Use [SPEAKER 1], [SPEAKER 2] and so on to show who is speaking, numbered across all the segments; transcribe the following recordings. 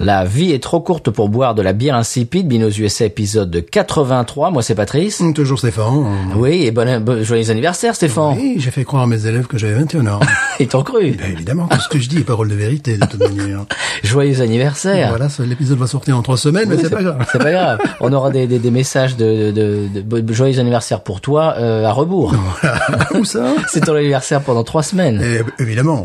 [SPEAKER 1] La vie est trop courte pour boire de la bière insipide, Binous USA épisode 83. Moi c'est Patrice.
[SPEAKER 2] Hum, Toujours Stéphane.
[SPEAKER 1] Oui, et bon, bon- joyeux anniversaire Stéphane.
[SPEAKER 2] Oui, j'ai fait croire à mes élèves que j'avais 21 ans.
[SPEAKER 1] Ils t'ont cru.
[SPEAKER 2] ben évidemment, tout ce que je dis est parole de vérité, de toute manière.
[SPEAKER 1] Joyeux anniversaire.
[SPEAKER 2] voilà, ça, l'épisode va sortir en trois semaines, mais c'est pas grave.
[SPEAKER 1] Ah, C'est pas grave. On aura des, des- des messages de, de, de- de- de joyeux anniversaire pour toi euh, à rebours.
[SPEAKER 2] Où ça
[SPEAKER 1] C'est ton anniversaire pendant trois semaines.
[SPEAKER 2] Eh, Évidemment.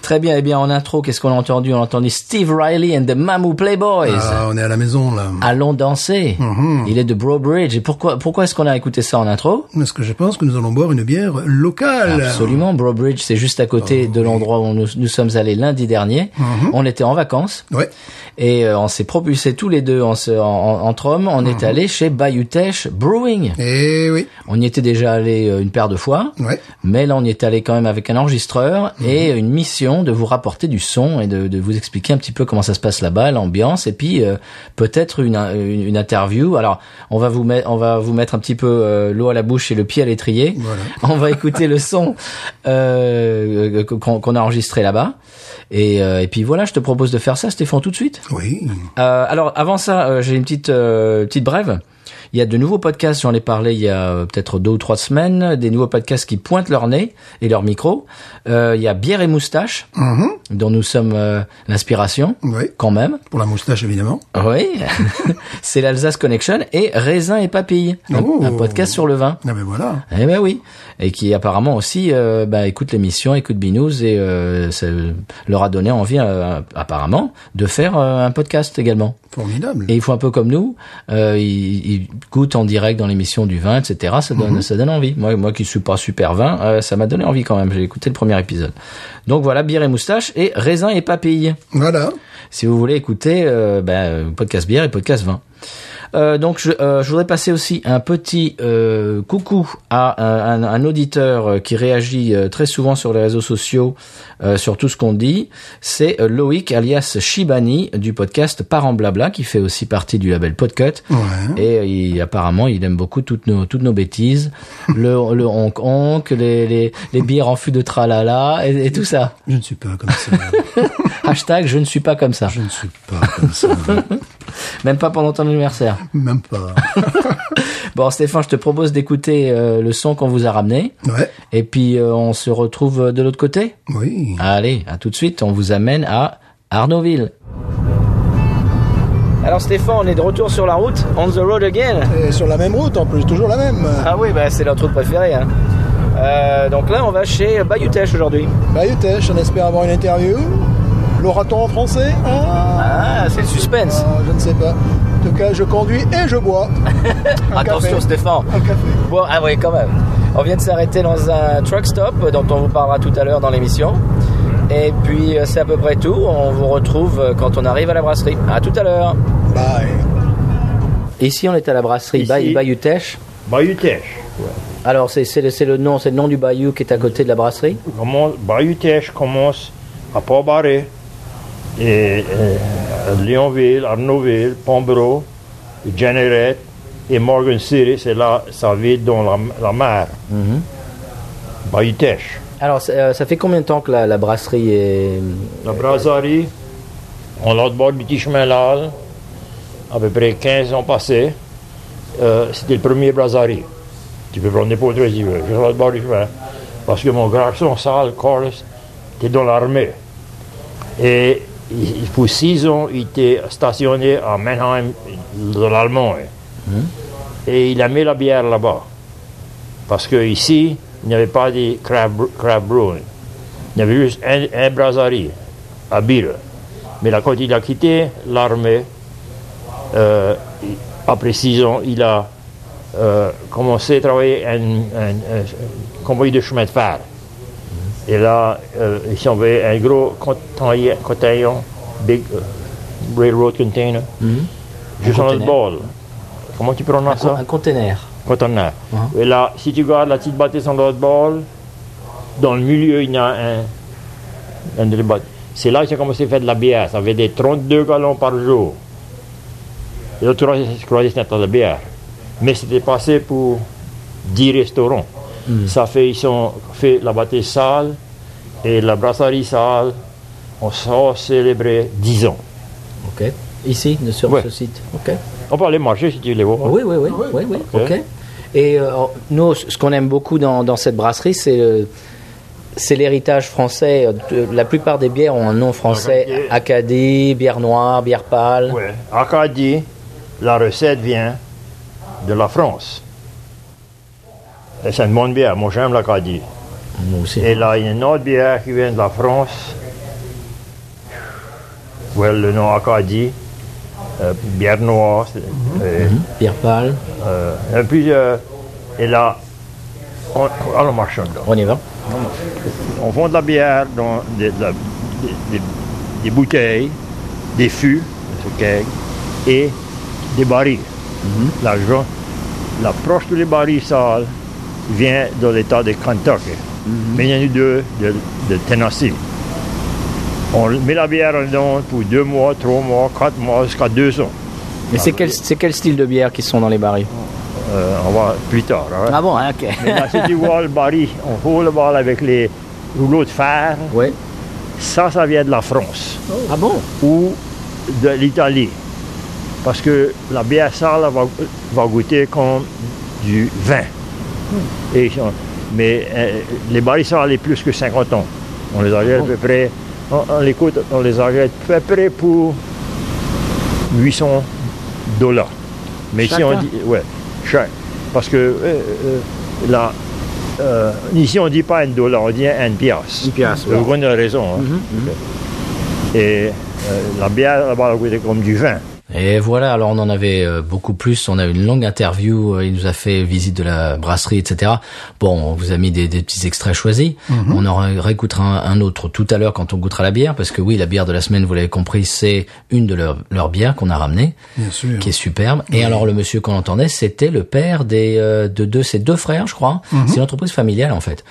[SPEAKER 1] Très bien. Eh bien, en intro, qu'est-ce qu'on a entendu On a entendu Steve Riley and the Mamou Playboys.
[SPEAKER 2] Ah, on est à la maison, là.
[SPEAKER 1] Allons danser. Il est de Brobridge. Et pourquoi, pourquoi est-ce qu'on a écouté ça en intro
[SPEAKER 2] Parce que je pense que nous allons boire une bière locale.
[SPEAKER 3] Ben,
[SPEAKER 1] Absolument. Brobridge, c'est juste à côté de l'endroit où nous, nous sommes allés lundi dernier. On était en vacances.
[SPEAKER 2] Ouais.
[SPEAKER 1] Et euh, on s'est propulsés tous les deux en, se- en- en- entre hommes. On est allé chez Bayou Teche Brewing.
[SPEAKER 2] Eh oui.
[SPEAKER 1] On y était déjà allé euh, une paire de fois.
[SPEAKER 2] Ouais.
[SPEAKER 1] Mais là, on y est allé quand même avec un enregistreur et une mission de vous rapporter du son et de, de vous expliquer un petit peu comment ça se passe là-bas, l'ambiance, et puis euh, peut-être une, une, une interview. Alors, on va vous mettre, on va vous mettre un petit peu euh, l'eau à la bouche et le pied à l'étrier.
[SPEAKER 2] Voilà.
[SPEAKER 1] On va écouter le son euh, qu'on qu'on a enregistré là-bas. Et, euh, et puis voilà, je te propose de faire ça, Stéphane, tout de suite.
[SPEAKER 2] Oui.
[SPEAKER 1] Euh, alors avant ça, euh, j'ai une petite euh, petite brève. Il y a de nouveaux podcasts, j'en ai parlé il y a euh, peut-être deux ou trois semaines, des nouveaux podcasts qui pointent leur nez et leur micro. Euh, il y a Bière et Moustache,
[SPEAKER 2] Mhm.
[SPEAKER 1] dont nous sommes euh, l'inspiration,
[SPEAKER 2] Oui.
[SPEAKER 1] quand même.
[SPEAKER 2] Pour la moustache, évidemment.
[SPEAKER 1] Oui, c'est l'Alsace Connection et Raisin et Papille, un,
[SPEAKER 2] Oh.
[SPEAKER 1] un podcast sur le vin.
[SPEAKER 2] Ah ben voilà.
[SPEAKER 1] Eh ben oui, et qui apparemment aussi euh, bah, écoute l'émission, écoute Binous et euh, ça leur a donné envie euh, apparemment de faire euh, un podcast également.
[SPEAKER 2] Formidable.
[SPEAKER 1] Et ils font un peu comme nous, euh, ils, ils goûtent en direct dans l'émission du vin, etc. Ça donne, ça donne envie. Moi, moi qui suis pas super vin, euh, ça m'a donné envie quand même. J'ai écouté le premier épisode. Donc voilà, bière et moustache et raisin et papille.
[SPEAKER 2] Voilà.
[SPEAKER 1] Si vous voulez écouter euh, ben, podcast bière et podcast vin. Euh, donc je, euh, je voudrais passer aussi un petit euh, coucou à un, un- un auditeur euh, qui réagit euh, très souvent sur les réseaux sociaux euh, sur tout ce qu'on dit. C'est euh, Loïc alias Shibani du podcast Parent Blabla qui fait aussi partie du label Podcut.
[SPEAKER 2] Ouais.
[SPEAKER 1] Et euh, il- apparemment, il aime beaucoup toutes nos, toutes nos bêtises, le, le honk honk, les, les, les bières en fût de tralala et, et tout ça.
[SPEAKER 2] Je ne suis pas comme ça.
[SPEAKER 1] Hashtag je ne suis pas comme ça,
[SPEAKER 2] Je ne suis pas comme ça.
[SPEAKER 1] même pas pendant ton anniversaire.
[SPEAKER 2] Même pas.
[SPEAKER 1] Bon Stéphane, je te propose d'écouter euh, le son qu'on vous a ramené.
[SPEAKER 2] Ouais.
[SPEAKER 1] Et puis euh, on se retrouve euh, de l'autre côté.
[SPEAKER 2] Oui.
[SPEAKER 1] Allez, à tout de suite, on vous amène à Arnaudville. Alors Stéphane, on est de retour sur la route, on the road again.
[SPEAKER 2] Et sur la même route en plus, toujours la même.
[SPEAKER 1] Ah oui, bah, c'est notre route préférée. hein. Euh, donc là, on va chez Bayutech aujourd'hui.
[SPEAKER 2] Bah Yutech, on espère avoir une interview. L'aura-t-on en français ah,
[SPEAKER 1] Ah, c'est le suspense.
[SPEAKER 2] ah, Je ne sais pas. En tout cas, je conduis et je bois. Un
[SPEAKER 1] Attention
[SPEAKER 2] café.
[SPEAKER 1] Stéphane.
[SPEAKER 2] Un café.
[SPEAKER 1] Bon, ah oui, quand même. On vient de s'arrêter dans un truck stop euh, dont on vous parlera tout à l'heure dans l'émission. Et puis euh, c'est à peu près tout. On vous retrouve euh, quand on arrive à la brasserie. À tout à l'heure.
[SPEAKER 2] Bye.
[SPEAKER 1] Ici, on est à la brasserie
[SPEAKER 4] Ici.
[SPEAKER 1] Bay- Bayou Teche.
[SPEAKER 4] Bayutech.
[SPEAKER 1] Alors, c'est c'est le, c'est le nom, c'est le nom du bayou qui est à côté de la brasserie.
[SPEAKER 4] Commence, Bayutech commence à Port-Barré, et, euh, Lyonville, Arnaudville, Pombro, Generet et Morgan City, c'est là, ça vit dans la, la mer. Bayutech.
[SPEAKER 1] Alors, c'est, euh, ça fait combien de temps que la, la brasserie est
[SPEAKER 4] La brasserie, on l'autre bord du petit chemin là, à peu près 15 ans passés, euh, c'était le premier brasserie. Tu peux prendre des potes si tu veux, juste à l'autre bord du chemin. Parce que mon garçon, sale, Corse, était dans l'armée. Et il, il- pour 6 ans, il était stationné à Mannheim, dans l'Allemagne. Et il a mis la bière là-bas. Parce que ici, il n'y avait pas de crab, crab brewing. Il y avait juste un, un brasserie à Bill. Mais là, quand il a quitté l'armée, euh, il- après six ans, il a euh, commencé à travailler en, en- en- compagnie de chemin de fer. Et là, euh, ils ont envoyé un gros container, container, big euh, railroad container, juste
[SPEAKER 1] Mhm. Un
[SPEAKER 4] en
[SPEAKER 1] container.
[SPEAKER 4] notre bord. Comment tu
[SPEAKER 1] Un,
[SPEAKER 4] prononces
[SPEAKER 1] con-
[SPEAKER 4] ça
[SPEAKER 1] un container.
[SPEAKER 4] conteneur. Et là, si tu gardes la petite bâtisse en l'autre bord, dans le milieu, il y a un, un de les bât- C'est là que j'ai commencé à faire de la bière. Ça avait des 32 gallons par jour. Et l'autre jour, je croyais que c'était de la bière. Mais c'était passé pour 10 restaurants. Ça fait, ils ont fait la bâtisse sale et la brasserie sale. On s'en célébrait 10 ans.
[SPEAKER 1] Ok. Ici, de- sur
[SPEAKER 4] Ouais.
[SPEAKER 1] ce site. Ok.
[SPEAKER 4] On peut aller marcher si tu veux les voir.
[SPEAKER 1] Oui, oui, oui, oui, oui. Ok. Et euh, alors, nous, ce qu'on aime beaucoup dans, dans cette brasserie, c'est euh, c'est l'héritage français. De- la plupart des bières ont un nom français
[SPEAKER 4] Acadie.
[SPEAKER 1] Acadie, bière noire, bière pâle.
[SPEAKER 4] Ouais. Acadie, la recette vient de la France. Et c'est une bonne bière. Moi, j'aime l'Acadie.
[SPEAKER 1] Nous aussi.
[SPEAKER 4] Et là, il y a une autre bière qui vient de la France. Ouais, le nom Acadie. euh, bière noire. c'est- et,
[SPEAKER 1] Bière pâle.
[SPEAKER 4] euh, et puis, euh, et là, on, alors marchons là.
[SPEAKER 1] On y va.
[SPEAKER 4] On vend de la bière dans des, de la- des- des- des bouteilles, des fûts, des kegs, et des barils. L'argent, la proche de les barils sales vient de l'État de Kentucky. Mais il y en a eu deux de, de Tennessee. On met la bière dedans pour deux mois, trois mois, quatre mois, jusqu'à deux ans.
[SPEAKER 1] Mais c'est quel, c'est quel style de bière qui sont dans les barils
[SPEAKER 4] Euh, on va plus tard. hein.
[SPEAKER 1] Ah bon, hein, ok.
[SPEAKER 4] Mais là, si tu vois le baril, on roule le baril avec les rouleaux de fer.
[SPEAKER 1] ouais.
[SPEAKER 4] Ça, ça vient de la France.
[SPEAKER 1] Ah bon
[SPEAKER 4] ou de l'Italie. Parce que la bière sale va, va goûter comme du vin. Et ils sont- mais euh, les barils sales, est plus que 50 ans. On les arrête à peu près, on, on les coûte- on les arrête à peu près pour 800 dollars. Mais ici, on
[SPEAKER 1] Chacun.
[SPEAKER 4] dit, ouais, chaque. Parce que euh, euh, là, euh, ici, on ne dit pas un dollar, on dit un piastre.
[SPEAKER 1] Une piastre, Mhm,
[SPEAKER 4] Le
[SPEAKER 1] ouais.
[SPEAKER 4] Gouin a raison. hein. Et euh, la bière, là-bas, elle goûtait comme du vin.
[SPEAKER 1] Et voilà, alors on en avait euh, beaucoup plus, on a eu une longue interview, euh, il nous a fait visite de la brasserie, etc. Bon, on vous a mis des, des petits extraits choisis, on en ré- réécoutera un, un autre tout à l'heure quand on goûtera la bière, parce que oui, la bière de la semaine, vous l'avez compris, c'est une de leurs leurs bières qu'on a ramenée,
[SPEAKER 3] Bien sûr.
[SPEAKER 1] qui est superbe. Et alors le monsieur qu'on entendait, c'était le père des, euh, de deux, ses deux frères, je crois, hein.
[SPEAKER 3] Mhm.
[SPEAKER 1] c'est une entreprise familiale en fait.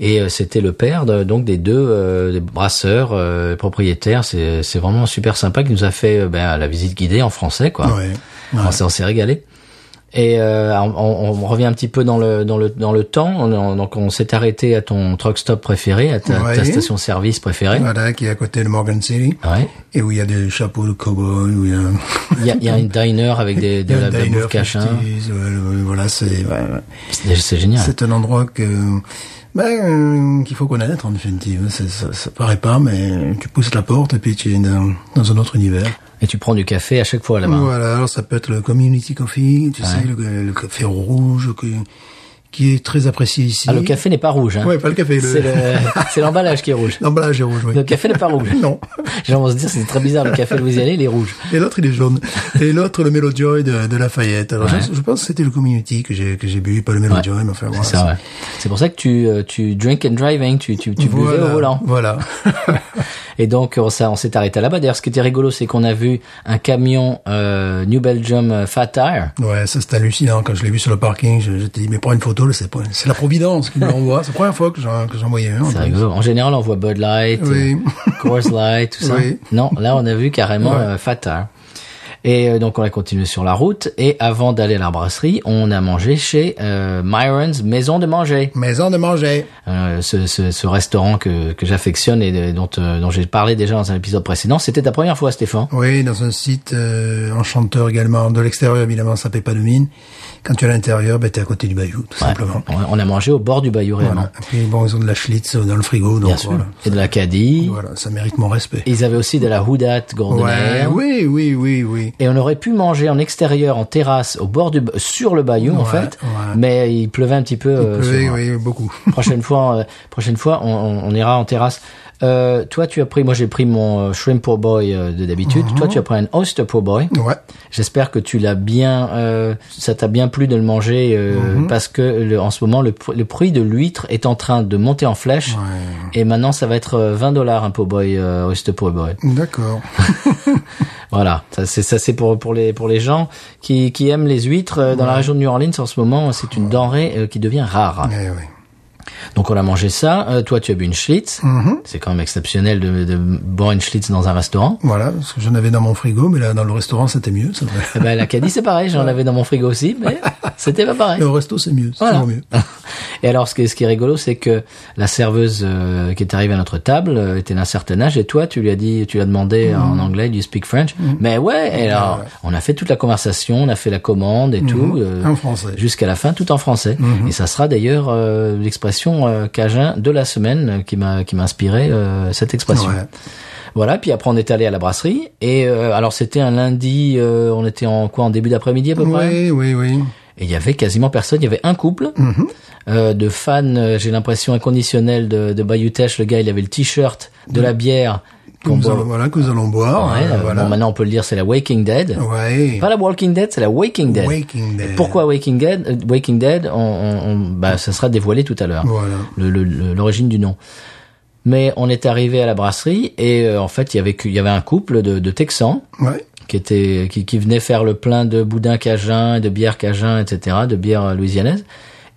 [SPEAKER 1] Et euh, c'était le père de- donc des deux euh, des brasseurs euh, propriétaires. C'est c'est vraiment super sympa qui nous a fait euh, ben, la visite guidée en français quoi.
[SPEAKER 3] Ouais.
[SPEAKER 1] On s'est- On s'est régalé. Et euh, on, on- on revient un petit peu dans le dans le dans le temps. On- on- donc on s'est arrêté à ton truck stop préféré, à ta,
[SPEAKER 3] Ouais.
[SPEAKER 1] ta station service préférée.
[SPEAKER 3] Voilà, qui est à côté de Morgan City.
[SPEAKER 1] Ouais.
[SPEAKER 3] Et où il y a des chapeaux de cow-boy, où il y a...
[SPEAKER 1] Il y a, il y a une diner avec des, de
[SPEAKER 3] il y a
[SPEAKER 1] la,
[SPEAKER 3] un
[SPEAKER 1] de la
[SPEAKER 3] diner
[SPEAKER 1] bouffe cachin.
[SPEAKER 3] 50s, ouais, ouais, Voilà, c'est... ouais, ouais.
[SPEAKER 1] C'est c'est génial.
[SPEAKER 3] C'est un endroit que... Ben, euh, qu'il faut connaître, en définitive. C'est- Ça, ça paraît pas, mais tu pousses la porte et puis tu es dans, dans un autre univers.
[SPEAKER 1] Et tu prends du café à chaque fois là-bas.
[SPEAKER 3] Voilà, alors ça peut être le community coffee, tu sais, le, le café rouge que- qui est très apprécié ici.
[SPEAKER 1] Ah, le café n'est pas rouge. Hein.
[SPEAKER 3] Ouais, pas le café, le-
[SPEAKER 1] C'est le- c'est l'emballage qui est rouge.
[SPEAKER 3] L'emballage est rouge, oui.
[SPEAKER 1] Le café n'est pas rouge.
[SPEAKER 3] Non.
[SPEAKER 1] J'ai envie de dire, c'est très bizarre. Le café Louisiane, il est rouge.
[SPEAKER 3] Et l'autre, il est jaune. Et l'autre, le Mellow Joy de, de Lafayette. Alors, je, je pense que c'était le community que j'ai, que j'ai bu, pas le Mellow
[SPEAKER 1] Ouais.
[SPEAKER 3] Joy, mais enfin, voilà.
[SPEAKER 1] C'est ça, ouais. C'est pour ça que tu, euh, tu drink and driving, tu, tu, tu buvais
[SPEAKER 3] Voilà,
[SPEAKER 1] au volant.
[SPEAKER 3] Voilà.
[SPEAKER 1] Et donc, on s'est on s'est arrêté là-bas. D'ailleurs, ce qui était rigolo, c'est qu'on a vu un camion euh, New Belgium euh, Fat Tire.
[SPEAKER 3] Ouais, ça, c'est hallucinant. Quand je l'ai vu sur le parking, je- j'étais dit, mais prends une photo, là, c'est, pas- c'est la Providence qui me l'envoie. C'est la première fois que j'en, que j'en voyais un. en
[SPEAKER 1] C'est
[SPEAKER 3] plus.
[SPEAKER 1] rigolo. En général, on voit Bud Light,
[SPEAKER 3] Oh, Oui.
[SPEAKER 1] euh, Coors Light, tout ça.
[SPEAKER 3] Oui.
[SPEAKER 1] Non, là, on a vu carrément
[SPEAKER 3] Ouais.
[SPEAKER 1] euh, Fat Tire. Et euh, donc, on a continué sur la route. Et avant d'aller à la brasserie, on a mangé chez euh, Myron's Maison de Manger.
[SPEAKER 3] Maison de manger.
[SPEAKER 1] Euh, ce, ce, ce restaurant que, que j'affectionne et de- dont, euh, dont j'ai parlé déjà dans un épisode précédent. C'était ta première fois, Stéphane.
[SPEAKER 3] Oui, dans un site euh, enchanteur également. De l'extérieur, évidemment, ça paie pas de mine. Quand tu es à l'intérieur, ben, tu es à côté du bayou, tout simplement.
[SPEAKER 1] On a- on a mangé au bord du bayou réellement.
[SPEAKER 3] Voilà. Et puis, bon, ils ont de la schlitz dans le frigo, donc
[SPEAKER 1] Bien sûr.
[SPEAKER 3] voilà.
[SPEAKER 1] Et de la cadie.
[SPEAKER 3] Voilà, ça mérite mon respect.
[SPEAKER 1] Et Ils avaient aussi de la houdate
[SPEAKER 3] Ouais,
[SPEAKER 1] gordonnière.
[SPEAKER 3] oui, oui, oui, oui.
[SPEAKER 1] Et on aurait pu manger en extérieur, en terrasse, au bord du, sur le bayou en
[SPEAKER 3] Ouais,
[SPEAKER 1] fait,
[SPEAKER 3] ouais.
[SPEAKER 1] mais il pleuvait un petit peu.
[SPEAKER 3] Il
[SPEAKER 1] euh,
[SPEAKER 3] pleuvait,
[SPEAKER 1] sur-
[SPEAKER 3] oui, beaucoup.
[SPEAKER 1] Prochaine fois, euh, prochaine fois, on, on- on ira en terrasse. Euh, toi, tu as pris, moi j'ai pris mon euh, shrimp po' boy euh, de d'habitude. Toi, tu as pris un oyster po' boy.
[SPEAKER 3] Ouais.
[SPEAKER 1] J'espère que tu l'as bien, euh, ça t'a bien plu de le manger euh, parce que le- en ce moment le, pr- le prix de l'huître est en train de monter en flèche et maintenant ça va être euh, 20 dollars un po' boy, euh, oyster po' boy.
[SPEAKER 3] D'accord.
[SPEAKER 1] Voilà, ça c'est ça c'est pour pour les pour les gens qui qui aiment les huîtres euh, dans la région de New Orleans en ce moment, c'est une denrée euh, qui devient rare.
[SPEAKER 3] Eh oui.
[SPEAKER 1] Donc on a mangé ça, Euh, toi tu as bu une Schlitz.
[SPEAKER 3] Mhm.
[SPEAKER 1] C'est quand même exceptionnel de de boire une Schlitz dans un restaurant.
[SPEAKER 3] Voilà, parce que j'en avais dans mon frigo, mais là, dans le restaurant, c'était mieux. Ça
[SPEAKER 1] Eh ben la Cadie c'est pareil, j'en avais dans mon frigo aussi, mais c'était pas pareil.
[SPEAKER 3] Le resto, c'est mieux. C'est
[SPEAKER 1] Eh ben, Voilà.
[SPEAKER 3] toujours mieux.
[SPEAKER 1] Et alors, ce qui est, ce qui est rigolo, c'est que la serveuse euh, qui est arrivée à notre table euh, était d'un certain âge, et toi, tu lui as dit, tu lui as demandé
[SPEAKER 3] Mhm.
[SPEAKER 1] en anglais, do you speak French Mais ouais. Et alors, on a fait toute la conversation, on a fait la commande et tout, euh,
[SPEAKER 3] Mhm. En français. Mhm.
[SPEAKER 1] jusqu'à la fin, tout en français. Et ça sera d'ailleurs euh, l'expression euh, cajun de la semaine euh, qui m'a qui m'a inspiré euh, cette expression.
[SPEAKER 3] Ouais.
[SPEAKER 1] Voilà. Puis après, on est allé à la brasserie, et euh, alors c'était un lundi, euh, on était en quoi, en début d'après-midi à peu près.
[SPEAKER 3] Oui, oui, oui.
[SPEAKER 1] Et il y avait quasiment personne. Il y avait un couple
[SPEAKER 3] Mhm.
[SPEAKER 1] euh, de fans, euh, j'ai l'impression inconditionnelle de, de Bayou Teche. Le gars, il avait le t-shirt, de la bière.
[SPEAKER 3] Que
[SPEAKER 1] qu'on
[SPEAKER 3] nous
[SPEAKER 1] boit.
[SPEAKER 3] allons, voilà, que nous allons boire.
[SPEAKER 1] Ouais,
[SPEAKER 3] hein,
[SPEAKER 1] euh,
[SPEAKER 3] voilà.
[SPEAKER 1] bon, maintenant, on peut le dire, c'est la Waking Dead.
[SPEAKER 3] ouais.
[SPEAKER 1] Pas la Walking Dead, c'est la Waking Dead.
[SPEAKER 3] Waking Dead.
[SPEAKER 1] Pourquoi Waking Dead Euh, Waking Dead, on, on- on- bah, ça sera dévoilé tout à l'heure.
[SPEAKER 3] Voilà.
[SPEAKER 1] Le- le- le- L'origine du nom. Mais on est arrivé à la brasserie et euh, en fait, il y avait, que- il y avait un couple de, de Texans
[SPEAKER 3] Ouais.
[SPEAKER 1] qui était qui, qui venait faire le plein de boudin cajun, de bière cajun, etc., de bière euh, louisianaise.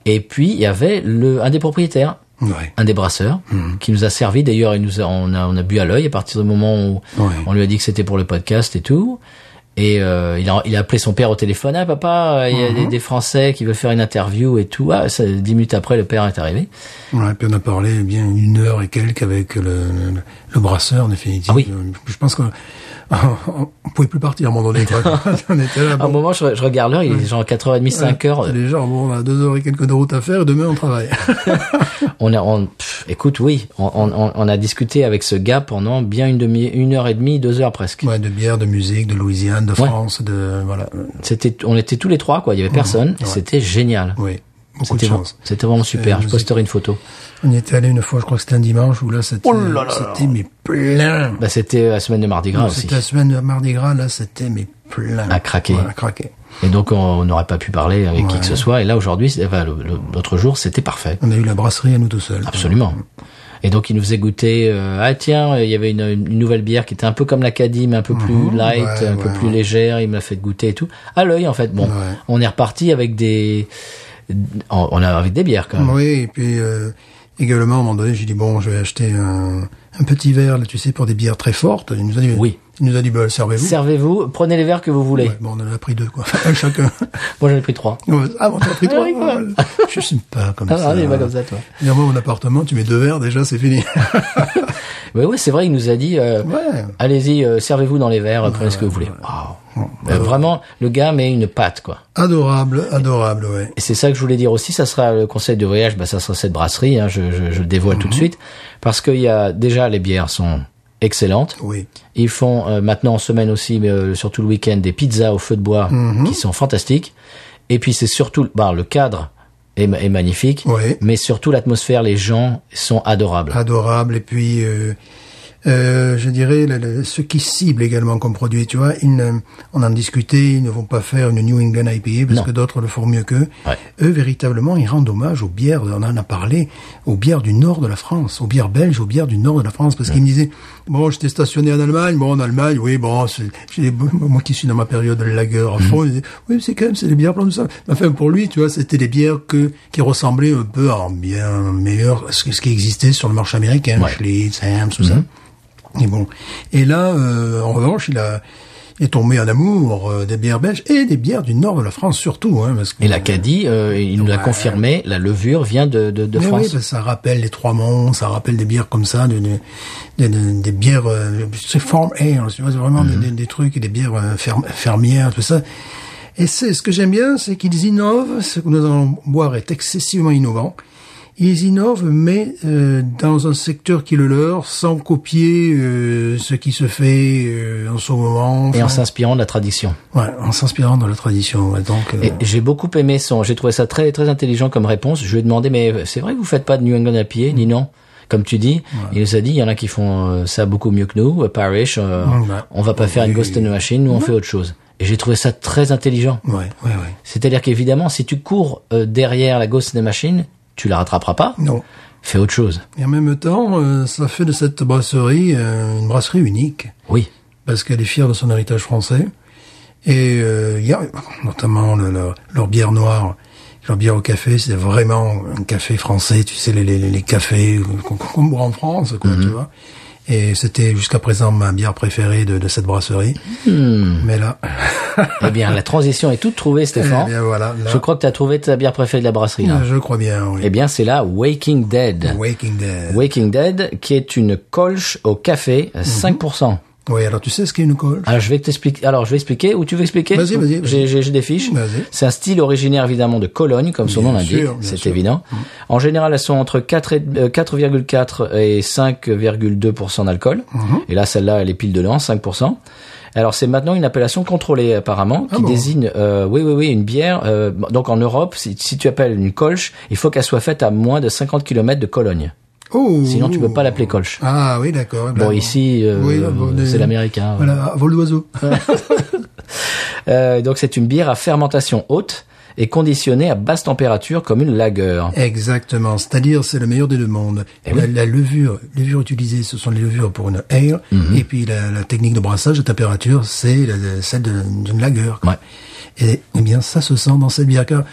[SPEAKER 1] Et puis il y avait le un des propriétaires,
[SPEAKER 3] Ouais.
[SPEAKER 1] un des brasseurs, qui nous a servi. D'ailleurs, il nous a, on a on a bu à l'œil à partir du moment où
[SPEAKER 3] Ouais.
[SPEAKER 1] on lui a dit que c'était pour le podcast et tout. Et euh, il, a, il a appelé son père au téléphone. Ah papa, il y a des, des Français qui veulent faire une interview et tout. Ah, ça, dix minutes après, le père est arrivé.
[SPEAKER 3] Ouais, puis on a parlé bien une heure et quelques avec le, le, le brasseur, en définitive.
[SPEAKER 1] Ah oui.
[SPEAKER 3] Je pense qu'on on pouvait plus partir à un moment donné. Quoi. on était là.
[SPEAKER 1] À un
[SPEAKER 3] Bon,
[SPEAKER 1] moment, je, je regarde l'heure, il est genre 4h30, 5h.
[SPEAKER 3] Déjà, bon, on a deux heures et quelques de route à faire et demain on travaille.
[SPEAKER 1] On a, on, pff, écoute, oui, on, on- on, on a discuté avec ce gars pendant bien une demi, une heure et demie, deux heures presque.
[SPEAKER 3] ouais, de bière, de musique, de Louisiane, de France, de. Voilà.
[SPEAKER 1] C'était, on était tous les trois, quoi. Il y avait personne. et C'était génial.
[SPEAKER 3] Oui. Beaucoup de
[SPEAKER 1] C'était, vra-
[SPEAKER 3] chance.
[SPEAKER 1] c'était vraiment
[SPEAKER 3] la
[SPEAKER 1] super. Je
[SPEAKER 3] musique.
[SPEAKER 1] posterai une photo.
[SPEAKER 3] On y était allé une fois, je crois que c'était un dimanche, où là
[SPEAKER 1] Oh
[SPEAKER 3] c'était. C'était mais plein.
[SPEAKER 1] Bah, c'était la semaine de Mardi Gras aussi.
[SPEAKER 3] C'était la semaine de Mardi Gras, là c'était mais plein.
[SPEAKER 1] À craquer.
[SPEAKER 3] Ouais, à craquer.
[SPEAKER 1] Et donc, on- on n'aurait pas pu parler avec qui
[SPEAKER 3] Ouais.
[SPEAKER 1] que ce soit. Et là, aujourd'hui, c'est- enfin, le- le- l'autre jour, c'était parfait.
[SPEAKER 3] On a eu la brasserie à nous tout seuls.
[SPEAKER 1] Absolument.
[SPEAKER 3] Mm-hmm.
[SPEAKER 1] Et donc, il nous faisait goûter, euh, ah tiens, il y avait une, une nouvelle bière qui était un peu comme la Caddy, mais un peu plus light,
[SPEAKER 3] Mm-hmm. Ouais,
[SPEAKER 1] un peu
[SPEAKER 3] ouais,
[SPEAKER 1] plus
[SPEAKER 3] ouais.
[SPEAKER 1] légère. Il m'a fait goûter et tout. À l'œil, en fait. Bon,
[SPEAKER 3] Ouais.
[SPEAKER 1] on est reparti avec des, on on a avec des bières quand même.
[SPEAKER 3] Oui, et puis euh, également, à un moment donné, j'ai dit, bon, je vais acheter un, un petit verre, là, tu sais, pour des bières très fortes. Il nous a dit,
[SPEAKER 1] Oui.
[SPEAKER 3] Il nous a dit, bah, servez-vous.
[SPEAKER 1] Servez-vous, prenez les verres que vous voulez.
[SPEAKER 3] Ouais, bon, on en a pris deux, quoi. Chacun.
[SPEAKER 1] Moi, j'en ai pris trois.
[SPEAKER 3] Ouais, ah, bon, t'en as pris
[SPEAKER 1] Ah
[SPEAKER 3] trois.
[SPEAKER 1] oui, quand
[SPEAKER 3] ouais.
[SPEAKER 1] même.
[SPEAKER 3] Je suis pas comme
[SPEAKER 1] Ah,
[SPEAKER 3] ça.
[SPEAKER 1] non, il est pas comme ça, toi.
[SPEAKER 3] Et moi, mon appartement, tu mets deux verres, déjà, c'est fini.
[SPEAKER 1] Oui, oui, c'est vrai, il nous a dit, euh,
[SPEAKER 3] Ouais.
[SPEAKER 1] allez-y, euh, servez-vous dans les verres, prenez ce que vous voulez. Wow.
[SPEAKER 3] bah,
[SPEAKER 1] Euh, vraiment, le gars met une patte, quoi.
[SPEAKER 3] adorable, adorable, ouais.
[SPEAKER 1] Et c'est ça que je voulais dire aussi, ça sera le conseil de voyage, bah, ça sera cette brasserie, hein, je, je, je le dévoile tout de suite, parce qu'il y a, déjà, les bières sont excellentes.
[SPEAKER 3] Oui.
[SPEAKER 1] Ils font euh, maintenant en semaine aussi, mais euh, surtout le week-end, des pizzas au feu de bois
[SPEAKER 3] Mhm.
[SPEAKER 1] qui sont fantastiques. Et puis c'est surtout, bah, le cadre est, ma- est magnifique,
[SPEAKER 3] Ouais. Ah.
[SPEAKER 1] mais surtout l'atmosphère, les gens sont adorables.
[SPEAKER 3] adorable et puis euh, euh, je dirais le- le- ceux qui ciblent également comme produit tu vois ils ne- on en discutait ils ne vont pas faire une New England IPA parce
[SPEAKER 1] Non.
[SPEAKER 3] que d'autres le font mieux qu'eux
[SPEAKER 1] Ouais.
[SPEAKER 3] eux véritablement ils rendent hommage aux bières on en a parlé aux bières du nord de la France aux bières belges aux bières du nord de la France parce qu'ils me disaient bon j'étais stationné en Allemagne bon en Allemagne oui bon c'est- j'ai- moi qui suis dans ma période lager à fond ils disaient, oui c'est quand même c'est des bières plein de ça enfin pour lui tu vois c'était des bières que qui ressemblaient un peu en bien meilleur à ce, que- ce qui existait sur le marché américain
[SPEAKER 1] Ouais. Mhm.
[SPEAKER 3] Schlitz Hams tout ça et bon, et là, euh, en revanche, il a est tombé en amour euh, des bières belges et des bières du nord de la France surtout, hein, parce que
[SPEAKER 1] Et la Cadie, euh, il nous l'a
[SPEAKER 3] Ouais.
[SPEAKER 1] confirmé, la levure vient de, de, de
[SPEAKER 3] Mais
[SPEAKER 1] France.
[SPEAKER 3] oui, parce que ça rappelle les Trois Monts, ça rappelle des bières comme ça, des, des, des- des- des bières, hein,
[SPEAKER 1] Mhm.
[SPEAKER 3] euh, c'est farm air, tu vois, c'est vraiment des, des- des trucs, des bières euh, ferm- fermières, tout ça. Et c'est ce que j'aime bien, c'est qu'ils innovent. Ce que nous allons boire est excessivement innovant. Ils innovent, mais euh, dans un secteur qui est le leur, sans copier euh, ce qui se fait euh, en ce moment.
[SPEAKER 1] Et en
[SPEAKER 3] Enfin,
[SPEAKER 1] s'inspirant de la tradition.
[SPEAKER 3] ouais, en s'inspirant de la tradition. ouais. donc, euh,
[SPEAKER 1] Et j'ai beaucoup aimé son. J'ai trouvé ça très très intelligent comme réponse. Je lui ai demandé, mais c'est vrai que vous faites pas de New England à pied, ni non comme tu dis, il nous a dit, il y en a qui font euh, ça beaucoup mieux que nous. euh, Parrish, euh,
[SPEAKER 3] Ouais. bah,
[SPEAKER 1] on va pas faire une
[SPEAKER 3] Oui.
[SPEAKER 1] Ghost in the Machine, nous on fait autre chose. Et j'ai trouvé ça très intelligent.
[SPEAKER 3] ouais, ouais, ouais.
[SPEAKER 1] C'est-à-dire qu'évidemment, si tu cours euh, derrière la Ghost in the Machine, tu la rattraperas pas.
[SPEAKER 3] Non.
[SPEAKER 1] Fais autre chose.
[SPEAKER 3] Et en même temps, euh, ça fait de cette brasserie euh, une brasserie unique.
[SPEAKER 1] Oui.
[SPEAKER 3] parce qu'elle est fière de son héritage français. Et euh, il y a notamment le- leur, leur bière noire, leur bière au café, c'est vraiment un café français, tu sais, les, les, les cafés euh, qu'on qu'on boit en France, quoi,
[SPEAKER 1] Mhm.
[SPEAKER 3] tu vois. Et c'était jusqu'à présent ma bière préférée de, de cette brasserie.
[SPEAKER 1] Hmm.
[SPEAKER 3] Mais là,
[SPEAKER 1] Eh bien, la transition est toute trouvée, Stéphane.
[SPEAKER 3] Eh bien, voilà, là.
[SPEAKER 1] Je crois que tu as trouvé ta bière préférée de la brasserie. Là.
[SPEAKER 3] je crois bien, oui.
[SPEAKER 1] Eh bien, c'est la Waking Dead.
[SPEAKER 3] Waking Dead.
[SPEAKER 1] Waking Dead, qui est une colche au café,
[SPEAKER 3] Mhm.
[SPEAKER 1] à 5%.
[SPEAKER 3] Oui, alors tu sais ce qu'est une colle
[SPEAKER 1] Alors je vais t'expliquer. Alors je vais expliquer ou tu veux expliquer
[SPEAKER 3] Vas-y, vas-y, vas-y.
[SPEAKER 1] J'ai- J'ai j'ai des fiches.
[SPEAKER 3] Vas-y.
[SPEAKER 1] C'est un style originaire évidemment de Cologne, comme son
[SPEAKER 3] Bien
[SPEAKER 1] nom l'indique.
[SPEAKER 3] sûr, bien
[SPEAKER 1] C'est
[SPEAKER 3] sûr. Mhm.
[SPEAKER 1] évident. En général, elles sont entre 4 et- euh, 4,4 et 5,2 d'alcool.
[SPEAKER 3] Mhm.
[SPEAKER 1] Et là, celle-là, elle est pile dedans, 5 alors c'est maintenant une appellation contrôlée apparemment qui
[SPEAKER 3] Ah bon
[SPEAKER 1] désigne euh, oui oui oui une bière euh, donc en Europe si, si tu appelles une colche il faut qu'elle soit faite à moins de 50 km de Cologne
[SPEAKER 3] Oh
[SPEAKER 1] sinon tu peux pas l'appeler colche
[SPEAKER 3] Ah oui, d'accord. bah,
[SPEAKER 1] Bon, ici, euh, c'est l'américain, ouais.
[SPEAKER 3] Voilà, vol d'oiseau.
[SPEAKER 1] Euh, donc c'est une bière à fermentation haute et conditionnée à basse température comme une lagueur.
[SPEAKER 3] Exactement, c'est-à-dire c'est le meilleur des deux mondes.
[SPEAKER 1] Eh
[SPEAKER 3] la, la levure, levure utilisée, ce sont les levures pour une ale,
[SPEAKER 1] Mhm.
[SPEAKER 3] et puis la, la technique de brassage à température, c'est la- la- celle de- d'une lagueur. quoi.
[SPEAKER 1] Ouais.
[SPEAKER 3] Et eh bien ça se sent dans cette bière. Car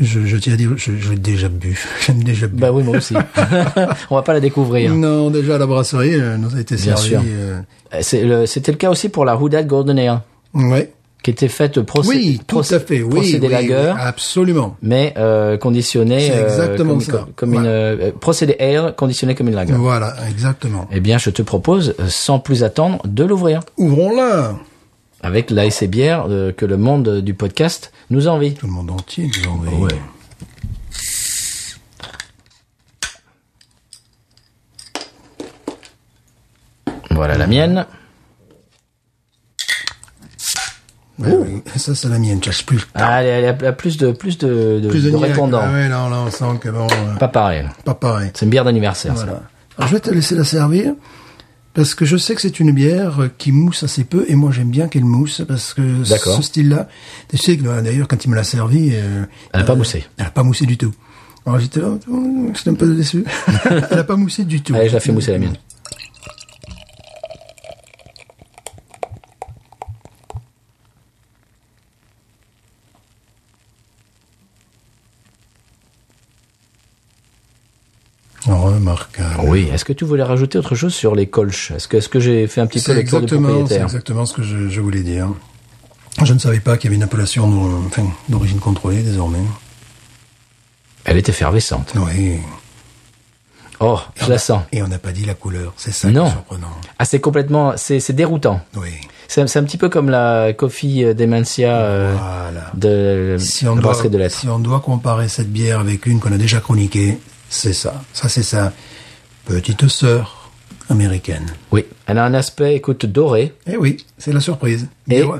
[SPEAKER 3] je, je tiens à dire, je, je l'ai déjà bu, j'aime déjà bu.
[SPEAKER 1] Bah oui, moi aussi. On va pas la découvrir.
[SPEAKER 3] non, déjà la brasserie euh, nous a été
[SPEAKER 1] Bien
[SPEAKER 3] servie.
[SPEAKER 1] sûr.
[SPEAKER 3] euh,
[SPEAKER 1] Euh, c'est le- C'était le cas aussi pour la Houdat Golden Ale,
[SPEAKER 3] ouais.
[SPEAKER 1] qui était faite procé-
[SPEAKER 3] Oui, tout
[SPEAKER 1] procé-
[SPEAKER 3] à fait. Oui,
[SPEAKER 1] procédé
[SPEAKER 3] oui,
[SPEAKER 1] lagueur,
[SPEAKER 3] oui, absolument.
[SPEAKER 1] mais euh, conditionnée
[SPEAKER 3] C'est
[SPEAKER 1] euh,
[SPEAKER 3] exactement
[SPEAKER 1] comme,
[SPEAKER 3] ça.
[SPEAKER 1] comme- comme
[SPEAKER 3] Ouais.
[SPEAKER 1] une euh, procédé ale conditionnée comme une lagueur.
[SPEAKER 3] Voilà, exactement.
[SPEAKER 1] Eh bien, je te propose, euh, sans plus attendre, de l'ouvrir
[SPEAKER 3] Ouvrons-la.
[SPEAKER 1] avec la et bière euh, que le monde euh, du podcast nous envie.
[SPEAKER 3] Tout le monde entier nous envahit.
[SPEAKER 1] Ouais. Voilà la mienne.
[SPEAKER 3] Ouais, oui. Ça, c'est la mienne. Tu as plus.
[SPEAKER 1] Ah, elle, elle a- elle a plus de plus de, de, de
[SPEAKER 3] niaque.
[SPEAKER 1] répondants.
[SPEAKER 3] Ah ouais, là, là, on sent que bon, euh,
[SPEAKER 1] Pas pareil.
[SPEAKER 3] pas pareil.
[SPEAKER 1] C'est une bière d'anniversaire. ça.
[SPEAKER 3] Voilà. Alors, je vais te laisser la servir parce que je sais que c'est une bière euh, qui mousse assez peu et moi j'aime bien qu'elle mousse parce que
[SPEAKER 1] D'accord.
[SPEAKER 3] ce style-là, tu sais que euh, d'ailleurs quand il me l'a servi, euh,
[SPEAKER 1] Elle a pas
[SPEAKER 3] euh,
[SPEAKER 1] moussé.
[SPEAKER 3] Elle a pas moussé du tout. Alors j'étais là, oh, j'étais un peu déçu. elle a pas moussé du tout.
[SPEAKER 1] Allez, je la fais mousser la mienne.
[SPEAKER 3] Oh, Remarquable.
[SPEAKER 1] Oui. Est-ce que tu voulais rajouter autre chose sur les colches Est-ce que est-ce que j'ai fait un petit peu
[SPEAKER 3] C'est
[SPEAKER 1] le tour du
[SPEAKER 3] exactement, c'est
[SPEAKER 1] propriétaire
[SPEAKER 3] exactement ce que je, je voulais dire. Je ne savais pas qu'il y avait une appellation d'or- enfin, d'origine contrôlée désormais.
[SPEAKER 1] Elle est effervescente.
[SPEAKER 3] Oui.
[SPEAKER 1] Oh, je la sens.
[SPEAKER 3] Et on n'a pas dit la couleur. C'est ça qui
[SPEAKER 1] Non.
[SPEAKER 3] est surprenant.
[SPEAKER 1] Ah, c'est complètement, c'est c'est déroutant.
[SPEAKER 3] Oui.
[SPEAKER 1] C'est c'est un petit peu comme la Coffee euh, Dementia euh,
[SPEAKER 3] Voilà.
[SPEAKER 1] de
[SPEAKER 3] Si on,
[SPEAKER 1] la
[SPEAKER 3] doit,
[SPEAKER 1] brasserie de lettres.
[SPEAKER 3] si on doit comparer cette bière avec une qu'on a déjà chroniquée, c'est ça. Ça, c'est sa petite sœur américaine.
[SPEAKER 1] Oui, elle a un aspect, écoute, doré.
[SPEAKER 3] Eh oui, c'est la surprise.
[SPEAKER 1] Et,
[SPEAKER 3] Mais ouais,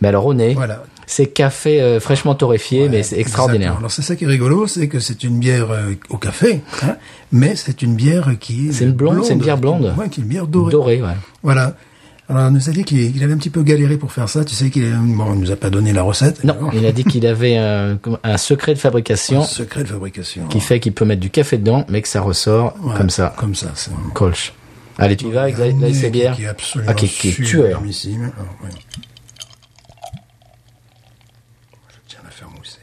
[SPEAKER 1] mais alors au nez,
[SPEAKER 3] Voilà.
[SPEAKER 1] c'est café euh, fraîchement torréfié, mais c'est
[SPEAKER 3] exactement.
[SPEAKER 1] extraordinaire.
[SPEAKER 3] Alors, c'est ça qui est rigolo, c'est que c'est une bière euh, au café, hein, mais c'est une bière qui est.
[SPEAKER 1] C'est une blonde, c'est une bière blonde.
[SPEAKER 3] Ouais, qui est une bière dorée.
[SPEAKER 1] Doré, ouais.
[SPEAKER 3] Voilà. Alors, on nous a dit qu'il qu'il avait un petit peu galéré pour faire ça. Tu sais qu'il est- bon, il nous a pas donné la recette.
[SPEAKER 1] Non, il a dit qu'il avait un, comme- un secret de fabrication
[SPEAKER 3] Secret de fabrication.
[SPEAKER 1] qui fait qu'il peut mettre du café dedans, mais que ça ressort
[SPEAKER 3] Ouais,
[SPEAKER 1] comme ça,
[SPEAKER 3] Comme ça, c'est un
[SPEAKER 1] colche. Allez, tu y vas avec la, la
[SPEAKER 3] qui,
[SPEAKER 1] SCBR
[SPEAKER 3] qui est absolument Ah,
[SPEAKER 1] Ah, qui, qui est tueur.
[SPEAKER 3] sublimissime. Alors, oui. Je tiens à la faire mousser.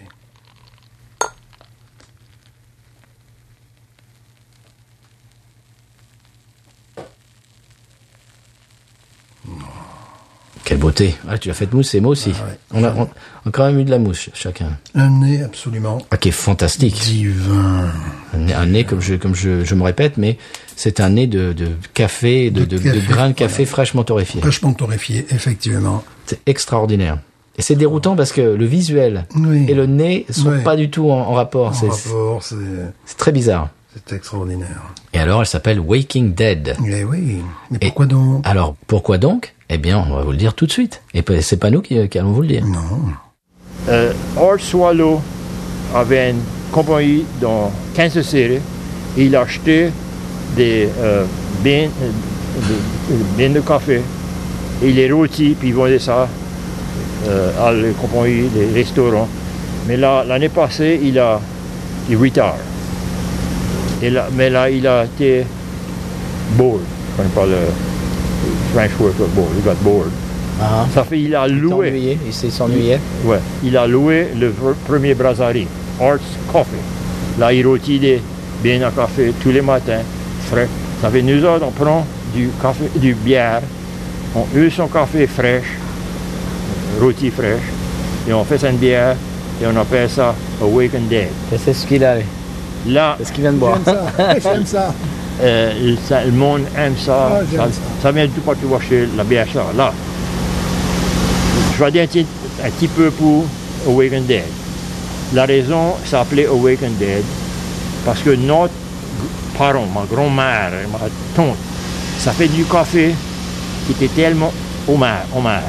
[SPEAKER 1] Quelle beauté. Ah, tu as fait mousse et moi aussi.
[SPEAKER 3] Ah ouais.
[SPEAKER 1] on, a, on- on a quand même eu de la mousse, chacun.
[SPEAKER 3] Un nez absolument
[SPEAKER 1] Ah, qui est fantastique.
[SPEAKER 3] divin.
[SPEAKER 1] Un nez, un nez, comme je comme je, je me répète, mais c'est un nez de, de café, de, de,
[SPEAKER 3] De
[SPEAKER 1] de
[SPEAKER 3] café,
[SPEAKER 1] grains de café fraîchement torréfié.
[SPEAKER 3] Vachement torréfié, effectivement.
[SPEAKER 1] C'est extraordinaire. Et c'est déroutant parce que le visuel
[SPEAKER 3] Oui.
[SPEAKER 1] et le nez sont
[SPEAKER 3] Ouais.
[SPEAKER 1] pas du tout en, en rapport. C'est
[SPEAKER 3] En rapport, Oh, c'est
[SPEAKER 1] c'est très bizarre.
[SPEAKER 3] c'est extraordinaire.
[SPEAKER 1] Et alors, elle s'appelle Waking Dead.
[SPEAKER 3] Mais oui, mais
[SPEAKER 1] Eh Et-
[SPEAKER 3] pourquoi donc
[SPEAKER 1] Alors, pourquoi donc Eh bien, on va vous le dire tout de suite. Et pe- c'est pas nous qui, qui allons vous le dire.
[SPEAKER 3] Non.
[SPEAKER 4] Euh, Art Swallow avait une compagnie dans Kansas City. Il achetait des euh, bins, euh, des- des bins de café. Il les rôtit, puis il vendait ça euh, à la compagnie des restaurants. Mais là, l'année passée, il a il retire. Et là, mais là, il a été bored. Quand il parle euh, French word for bored, il got bored.
[SPEAKER 1] Ah,
[SPEAKER 4] Ça fait, il a loué.
[SPEAKER 1] Il s'ennuyait.
[SPEAKER 4] Ouais, il a loué le v- premier brasserie, Arts Coffee. Là, il rôtit des bien à café tous les matins, frais. Ça fait nous autres, on prend du café, du bière, on eut son café fraîche, rôti fraîche, et on fait ça une bière, et on appelle ça Awakened Dead.
[SPEAKER 1] Et c'est ce qu'il a.
[SPEAKER 4] Là,
[SPEAKER 1] C'est ce qu'il vient de boire.
[SPEAKER 2] J'aime ça, j'aime ça.
[SPEAKER 4] euh, ça- le monde aime ça.
[SPEAKER 2] Ah, j'aime
[SPEAKER 4] ça,
[SPEAKER 2] ça.
[SPEAKER 4] ça vient du partout chez la bière, ça. Là, je vais dire un petit, un petit peu pour Awakened Dead. La raison ça s'appelait Awakened Dead parce que notre gr- parent, ma grand-mère, ma tante, ça fait du café qui était tellement homard, homard,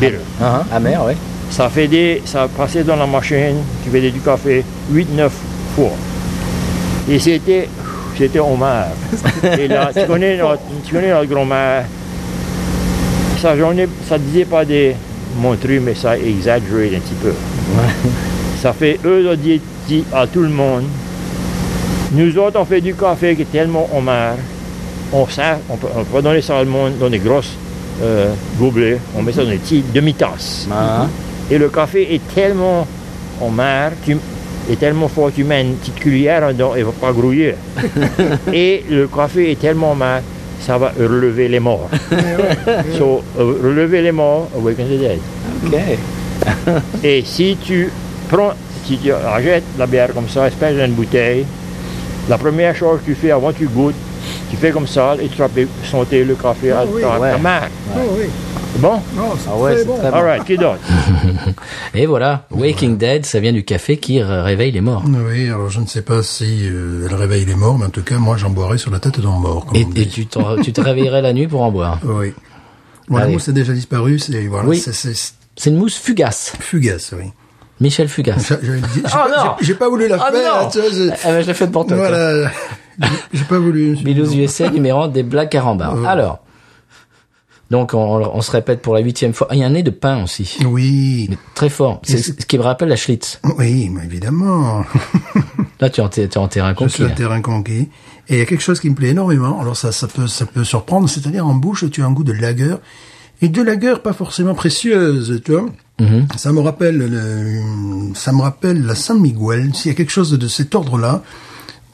[SPEAKER 4] bitter.
[SPEAKER 1] Ah, ah, amer, ouais.
[SPEAKER 4] Ça fait des, ça passait dans la machine, tu faisais du café 8-9 fois. Et c'était, c'était Omar. Et là, tu connais notre, tu connais notre grand-mère. Ça, journée, ça disait pas des montrus, mais ça exagérait un petit peu. Ça fait eux ont dit, dit à tout le monde. Nous autres, on fait du café qui est tellement Omar. On sert, on peut, on peut donner ça au monde dans des grosses euh, gobelets. On met ça dans des petites demi-tasses.
[SPEAKER 1] Ah,
[SPEAKER 4] Et le café est tellement en mer, tu, est tellement fort, tu mets une petite cuillère en dedans, il ne va pas grouiller. et le café est tellement en mer, ça va relever les morts. so, euh, relever les morts, euh, awaken the dead.
[SPEAKER 1] ok.
[SPEAKER 4] Et si tu prends, si tu achètes la bière comme ça, espèce d'une bouteille, la première chose que tu fais avant que tu goûtes, tu fais comme ça et tu vas sentir le café à,
[SPEAKER 2] Ah oui,
[SPEAKER 4] ta, ta
[SPEAKER 1] ouais.
[SPEAKER 4] mère.
[SPEAKER 2] Oh, oui.
[SPEAKER 4] C'est Bon,
[SPEAKER 2] Non, c'est
[SPEAKER 1] Ah ouais,
[SPEAKER 2] très
[SPEAKER 1] c'est
[SPEAKER 2] bon.
[SPEAKER 1] très bon.
[SPEAKER 4] all right, qui d'autre
[SPEAKER 1] Et voilà, Waking Dead, ça vient du café qui r- réveille les morts.
[SPEAKER 3] Oui, alors je ne sais pas si euh, elle réveille les morts, mais en tout cas, moi, j'en boirais sur la tête d'un mort. Comme
[SPEAKER 1] Et,
[SPEAKER 3] on
[SPEAKER 1] et
[SPEAKER 3] dit.
[SPEAKER 1] tu, t'en- tu te réveillerais la nuit pour en boire.
[SPEAKER 3] Oui. Bon, la
[SPEAKER 1] Allez.
[SPEAKER 3] mousse a déjà disparu, c'est voilà,
[SPEAKER 1] Oui.
[SPEAKER 3] c'est- c'est
[SPEAKER 1] C'est une mousse fugace.
[SPEAKER 3] fugace, oui.
[SPEAKER 1] Michel Fugace.
[SPEAKER 3] J'a- j'avais dit- J'ai
[SPEAKER 1] Oh
[SPEAKER 3] pas-
[SPEAKER 1] non
[SPEAKER 3] j'ai- j'ai pas voulu la
[SPEAKER 1] Ah
[SPEAKER 3] faire.
[SPEAKER 1] non
[SPEAKER 3] hein, tu vois, je-
[SPEAKER 1] Ah, ben, je l'ai faite pour toi. toi.
[SPEAKER 3] Voilà. J'ai pas voulu.
[SPEAKER 1] Bilous USA, numéro des blagues carambars.
[SPEAKER 3] Ouais.
[SPEAKER 1] Alors. Donc, on, on se répète pour la huitième fois. Ah, Il y a un nez de pain aussi.
[SPEAKER 3] Oui.
[SPEAKER 1] Mais très fort. C'est ce qui me rappelle la Schlitz.
[SPEAKER 3] Oui, mais évidemment.
[SPEAKER 1] Là, tu es en, t'es- t'es en terrain
[SPEAKER 3] Je suis
[SPEAKER 1] conquis.
[SPEAKER 3] un
[SPEAKER 1] là.
[SPEAKER 3] terrain conquis. Et il y a quelque chose qui me plaît énormément. Alors ça, ça peut, ça peut surprendre. C'est-à-dire en bouche, tu as un goût de lagueur. Et de lagueur pas forcément précieuse, tu vois.
[SPEAKER 1] Mhm.
[SPEAKER 3] Ça me rappelle, le- ça me rappelle la San Miguel. S'il y a quelque chose de cet ordre-là.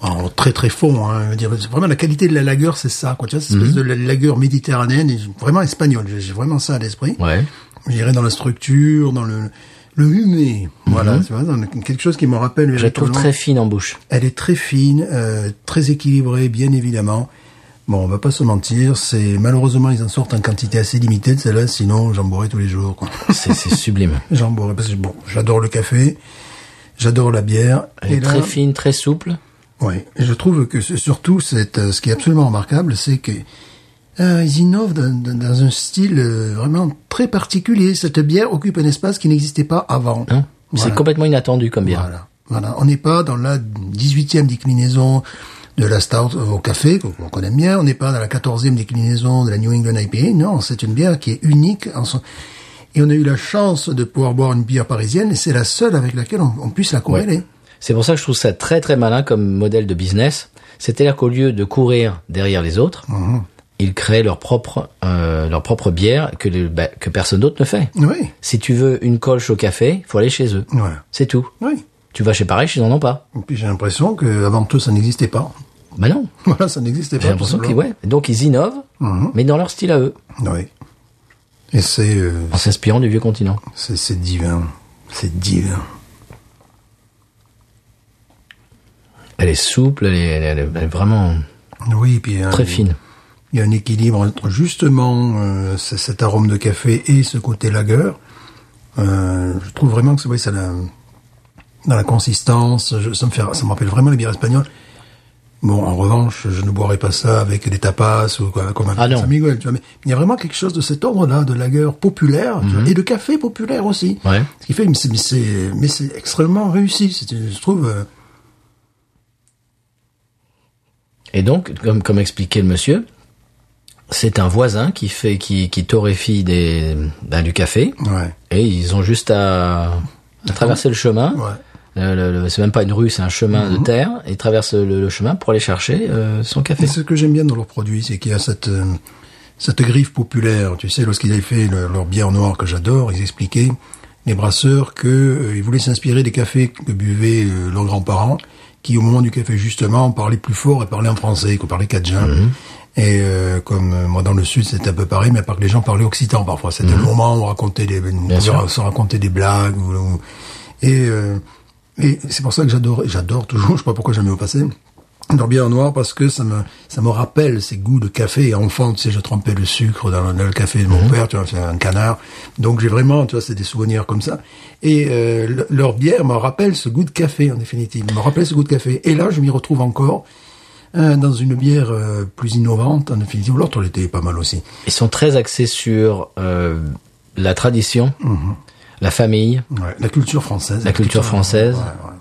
[SPEAKER 3] Alors, très très fond, hein, je veux dire, c'est vraiment la qualité de la lagueur, c'est ça, quoi, tu vois, cette
[SPEAKER 1] Mhm.
[SPEAKER 3] espèce de la lagueur méditerranéenne, et vraiment espagnole, j'ai j'ai vraiment ça à l'esprit.
[SPEAKER 1] Ouais.
[SPEAKER 3] Je dirais dans la structure, dans le, le humé, voilà, tu vois, dans le- quelque chose qui me rappelle
[SPEAKER 1] Mhm. Je la trouve
[SPEAKER 3] véritablement-
[SPEAKER 1] très fine en bouche.
[SPEAKER 3] elle est très fine, euh, très équilibrée, bien évidemment. Bon, on va pas se mentir, c'est malheureusement ils en sortent en quantité assez limitée de celle-là, sinon j'en boirais tous les jours. quoi.
[SPEAKER 1] C'est c'est sublime.
[SPEAKER 3] J'en boirais parce que bon, j'adore le café, j'adore la bière.
[SPEAKER 1] Elle est
[SPEAKER 3] là-
[SPEAKER 1] très fine, très souple.
[SPEAKER 3] Ouais, et je trouve que c'est- surtout c'est euh, ce qui est absolument remarquable, c'est que euh, ils innovent dans, dans- dans un style euh, vraiment très particulier. Cette bière occupe un espace qui n'existait pas avant.
[SPEAKER 1] Hein C'est
[SPEAKER 3] Voilà.
[SPEAKER 1] complètement inattendu comme bière.
[SPEAKER 3] Voilà. Voilà. On n'est pas dans la 18e déclinaison de la stout au café, qu'on qu'on connaît bien. On n'est pas dans la 14e déclinaison de la New England IPA. Non, c'est une bière qui est unique en son- Et on a eu la chance de pouvoir boire une bière parisienne et c'est la seule avec laquelle on, on puisse la corréler.
[SPEAKER 1] C'est pour ça que je trouve ça très très malin comme modèle de business. C'est-à-dire qu'au lieu de courir derrière les autres,
[SPEAKER 3] Mhm.
[SPEAKER 1] ils créent leur propre euh, leur propre bière que le- bah, que personne d'autre ne fait.
[SPEAKER 3] Oui.
[SPEAKER 1] Si tu veux une colche au café, faut aller chez eux.
[SPEAKER 3] Voilà.
[SPEAKER 1] C'est tout.
[SPEAKER 3] Oui.
[SPEAKER 1] Tu vas chez pareil, ils n'en ont pas.
[SPEAKER 3] Et puis j'ai l'impression que avant eux, ça n'existait pas.
[SPEAKER 1] Bah non.
[SPEAKER 3] Voilà, ça n'existait pas.
[SPEAKER 1] J'ai l'impression
[SPEAKER 3] tout
[SPEAKER 1] qu'ils
[SPEAKER 3] simplement. Mhm.
[SPEAKER 1] ouais. Donc ils innovent, mais dans leur style à eux,
[SPEAKER 3] Oui. Et c'est, euh,
[SPEAKER 1] en s'inspirant du vieux continent.
[SPEAKER 3] c'est, c'est divin. C'est divin.
[SPEAKER 1] Elle est souple, elle est, elle est- elle est vraiment
[SPEAKER 3] Oui, puis euh,
[SPEAKER 1] très fine.
[SPEAKER 3] Il y a un équilibre entre justement euh, c- cet arôme de café et ce côté lagueur. Euh, je trouve vraiment que ça, oui, ça a la- dans la consistance, je- ça me fait, ça me rappelle vraiment les bières espagnoles. Bon, en revanche, je ne boirai pas ça avec des tapas ou quoi, comme avec
[SPEAKER 1] Ah non.
[SPEAKER 3] San Miguel, tu vois. Mais il y a vraiment quelque chose de cet ordre-là, de lager populaire tu
[SPEAKER 1] Mhm.
[SPEAKER 3] vois, et de café populaire aussi.
[SPEAKER 1] Ouais.
[SPEAKER 3] Ce qui fait, mais c'est- mais c'est, mais c'est extrêmement réussi. C'est, je trouve. euh,
[SPEAKER 1] Et donc, comme, comme expliquait le monsieur, c'est un voisin qui fait, qui, qui torréfie des, ben, du café,
[SPEAKER 3] ouais.
[SPEAKER 1] et ils ont juste à, à traverser le chemin.
[SPEAKER 3] Ouais.
[SPEAKER 1] Euh, le- le- c'est même pas une rue, c'est un chemin de terre. Ils traversent le, le chemin pour aller chercher euh, son café.
[SPEAKER 3] Et ce que j'aime bien dans leurs produits, c'est qu'il y a cette euh, cette griffe populaire. Tu sais, lorsqu'ils avaient fait le- leur bière noire que j'adore, ils expliquaient les brasseurs que euh, ils voulaient s'inspirer des cafés que buvaient euh, leurs grands-parents, qui au moment du café justement parlaient plus fort et parlaient en français, qu'on parlait cajun. Et euh, comme euh, moi dans le sud c'était un peu pareil, mais à part que les gens parlaient occitan parfois. C'était le moment où on racontait des, on pouvait
[SPEAKER 1] sûr.
[SPEAKER 3] se raconter des blagues. ou- ou- et euh, et c'est pour ça que j'adore, j'adore toujours. Je sais pas pourquoi jamais au passé. Leur bière noire parce que ça me ça me rappelle ces goûts de café. Enfant, tu sais, je trempais le sucre dans le, dans le café de mon père, tu vois, c'est un canard. Donc j'ai vraiment, tu vois, c'est des souvenirs comme ça. Et euh, le- leur bière me rappelle ce goût de café en définitive. Me rappelle ce goût de café. Et là, je m'y retrouve encore euh, dans une bière euh, plus innovante en définitive. L'autre, elle était pas mal aussi.
[SPEAKER 1] Ils sont très axés sur euh, la tradition, la famille.
[SPEAKER 3] Ouais, la culture française.
[SPEAKER 1] La culture française.
[SPEAKER 3] Ouais, ouais, ouais.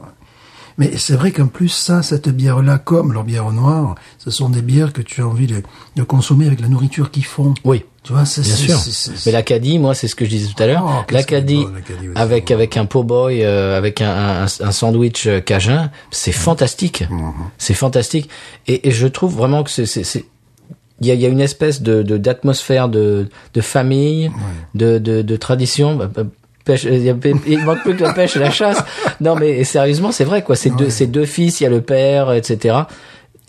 [SPEAKER 3] Mais c'est vrai qu'en plus, ça, cette bière-là, comme leur bière noire, ce sont des bières que tu as envie de, de consommer avec la nourriture qu'ils font.
[SPEAKER 1] Oui.
[SPEAKER 3] Tu vois, c'est
[SPEAKER 1] Bien
[SPEAKER 3] c'est-
[SPEAKER 1] sûr.
[SPEAKER 3] c'est- c'est-
[SPEAKER 1] Mais l'Acadie, moi, c'est ce que je disais tout à l'heure.
[SPEAKER 3] Oh, qu'est-ce
[SPEAKER 1] L'Acadie,
[SPEAKER 3] qu'elle est bonne, l'Acadie aussi.
[SPEAKER 1] avec, avec un po' boy, euh, avec un, un, un sandwich euh, cajun, c'est fantastique. C'est fantastique. Et, et je trouve vraiment que c'est, c'est, c'est- il y a, il y a une espèce de, de- d'atmosphère de, de famille, de, de, de tradition. Bah, bah, pêche- il y a- il manque plus que la pêche et la chasse. Non, mais et sérieusement, c'est vrai, quoi. Ces deux, ces deux fils, il y a le père, etc.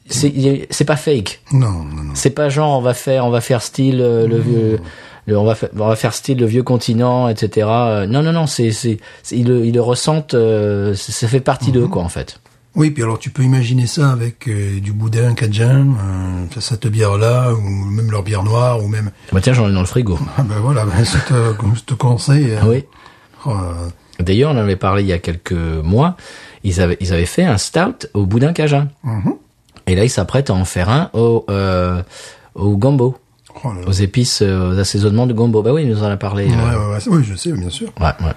[SPEAKER 1] C'est, il y a- c'est pas fake.
[SPEAKER 3] Non, non, non.
[SPEAKER 1] C'est pas genre on va faire on va faire style euh, le vieux le- on va faire on va faire style le vieux continent etc. Euh, Non non non c'est c'est c'est- ils le ils le ressentent euh, c'est- ça fait partie d'eux quoi en fait.
[SPEAKER 3] Oui, puis alors tu peux imaginer ça avec euh, du boudin cajun, euh, cette bière-là, ou même leur bière noire, ou même...
[SPEAKER 1] Bah tiens j'en ai dans le frigo.
[SPEAKER 3] Ah ben voilà, ben, je, te, je te conseille... euh,
[SPEAKER 1] Ah Oui.
[SPEAKER 3] oh, euh,
[SPEAKER 1] D'ailleurs on en avait parlé il y a quelques mois ils avaient ils avaient fait un stout au boudin cajun
[SPEAKER 3] mhm.
[SPEAKER 1] et là ils s'apprêtent à en faire un au euh, au gombo
[SPEAKER 3] oh là là.
[SPEAKER 1] aux épices euh, aux assaisonnements de gombo. Bah oui il nous en a parlé. euh,
[SPEAKER 3] Ouais, ouais, ouais, oui, je sais, bien sûr.
[SPEAKER 1] ouais, ouais.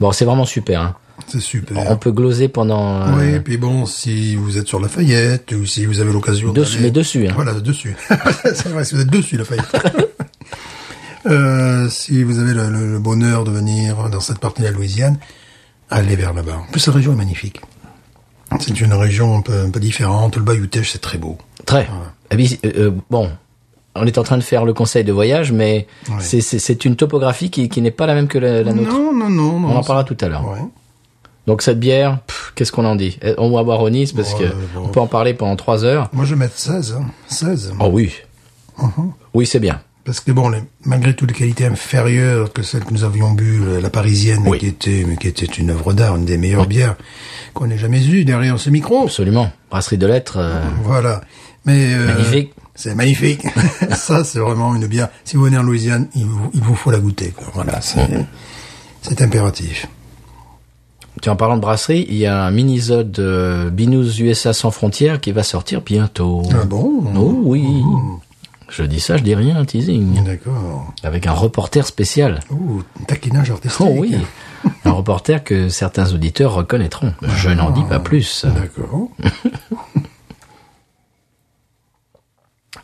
[SPEAKER 1] Bon c'est vraiment super. hein.
[SPEAKER 3] C'est super.
[SPEAKER 1] On peut gloser pendant. euh,
[SPEAKER 3] Oui, puis bon, si vous êtes sur la Fayette ou si vous avez l'occasion
[SPEAKER 1] Dessus,
[SPEAKER 3] d'aller-
[SPEAKER 1] mais dessus, hein.
[SPEAKER 3] Voilà, dessus. c'est vrai, si vous êtes dessus la Fayette. Euh, si vous avez le, le- le bonheur de venir dans cette partie de la Louisiane, allez vers là-bas. En plus, cette région est magnifique. C'est une région un peu, un peu différente. Le Bayoutèche, c'est très beau.
[SPEAKER 1] Très. Eh bien, euh, euh, bon, on est en train de faire le conseil de voyage, mais
[SPEAKER 3] Ouais.
[SPEAKER 1] c'est- c'est c'est une topographie qui, qui n'est pas la même que la, la nôtre.
[SPEAKER 3] non, non, non, non.
[SPEAKER 1] on en parlera tout à l'heure.
[SPEAKER 3] Ouais.
[SPEAKER 1] Donc cette bière, pff, qu'est-ce qu'on en dit Eh, On va boire au Nice parce
[SPEAKER 3] Ouais,
[SPEAKER 1] que
[SPEAKER 3] bon.
[SPEAKER 1] on peut en parler pendant trois heures.
[SPEAKER 3] Moi, je vais mettre 16. hein. 16.
[SPEAKER 1] Oh oui,
[SPEAKER 3] Uh-huh.
[SPEAKER 1] oui c'est bien.
[SPEAKER 3] Parce que bon, les- malgré toutes les qualités inférieures que celles que nous avions bu, euh, la parisienne,
[SPEAKER 1] Oui.
[SPEAKER 3] qui était, mais qui était une œuvre d'art, une des meilleures bières qu'on ait jamais eues derrière ce micro.
[SPEAKER 1] Absolument. Brasserie de lettres. euh,
[SPEAKER 3] Voilà. Mais, euh,
[SPEAKER 1] Magnifique.
[SPEAKER 3] C'est magnifique. Ça, c'est vraiment une bière. Si vous venez en Louisiane, il vous, il vous faut la goûter, quoi. Voilà. C'est,
[SPEAKER 1] Mm.
[SPEAKER 3] c'est impératif.
[SPEAKER 1] Tiens, en parlant de brasserie, il y a un mini-sode euh, Binous USA sans frontières qui va sortir bientôt.
[SPEAKER 3] Ah bon?
[SPEAKER 1] Oh oui. Je dis ça, je dis rien, teasing.
[SPEAKER 3] Mm. D'accord.
[SPEAKER 1] Avec un reporter spécial.
[SPEAKER 3] Ouh, taquinage artistique.
[SPEAKER 1] Oh oui, un reporter que certains auditeurs reconnaîtront. Je n'en dis pas plus.
[SPEAKER 3] D'accord.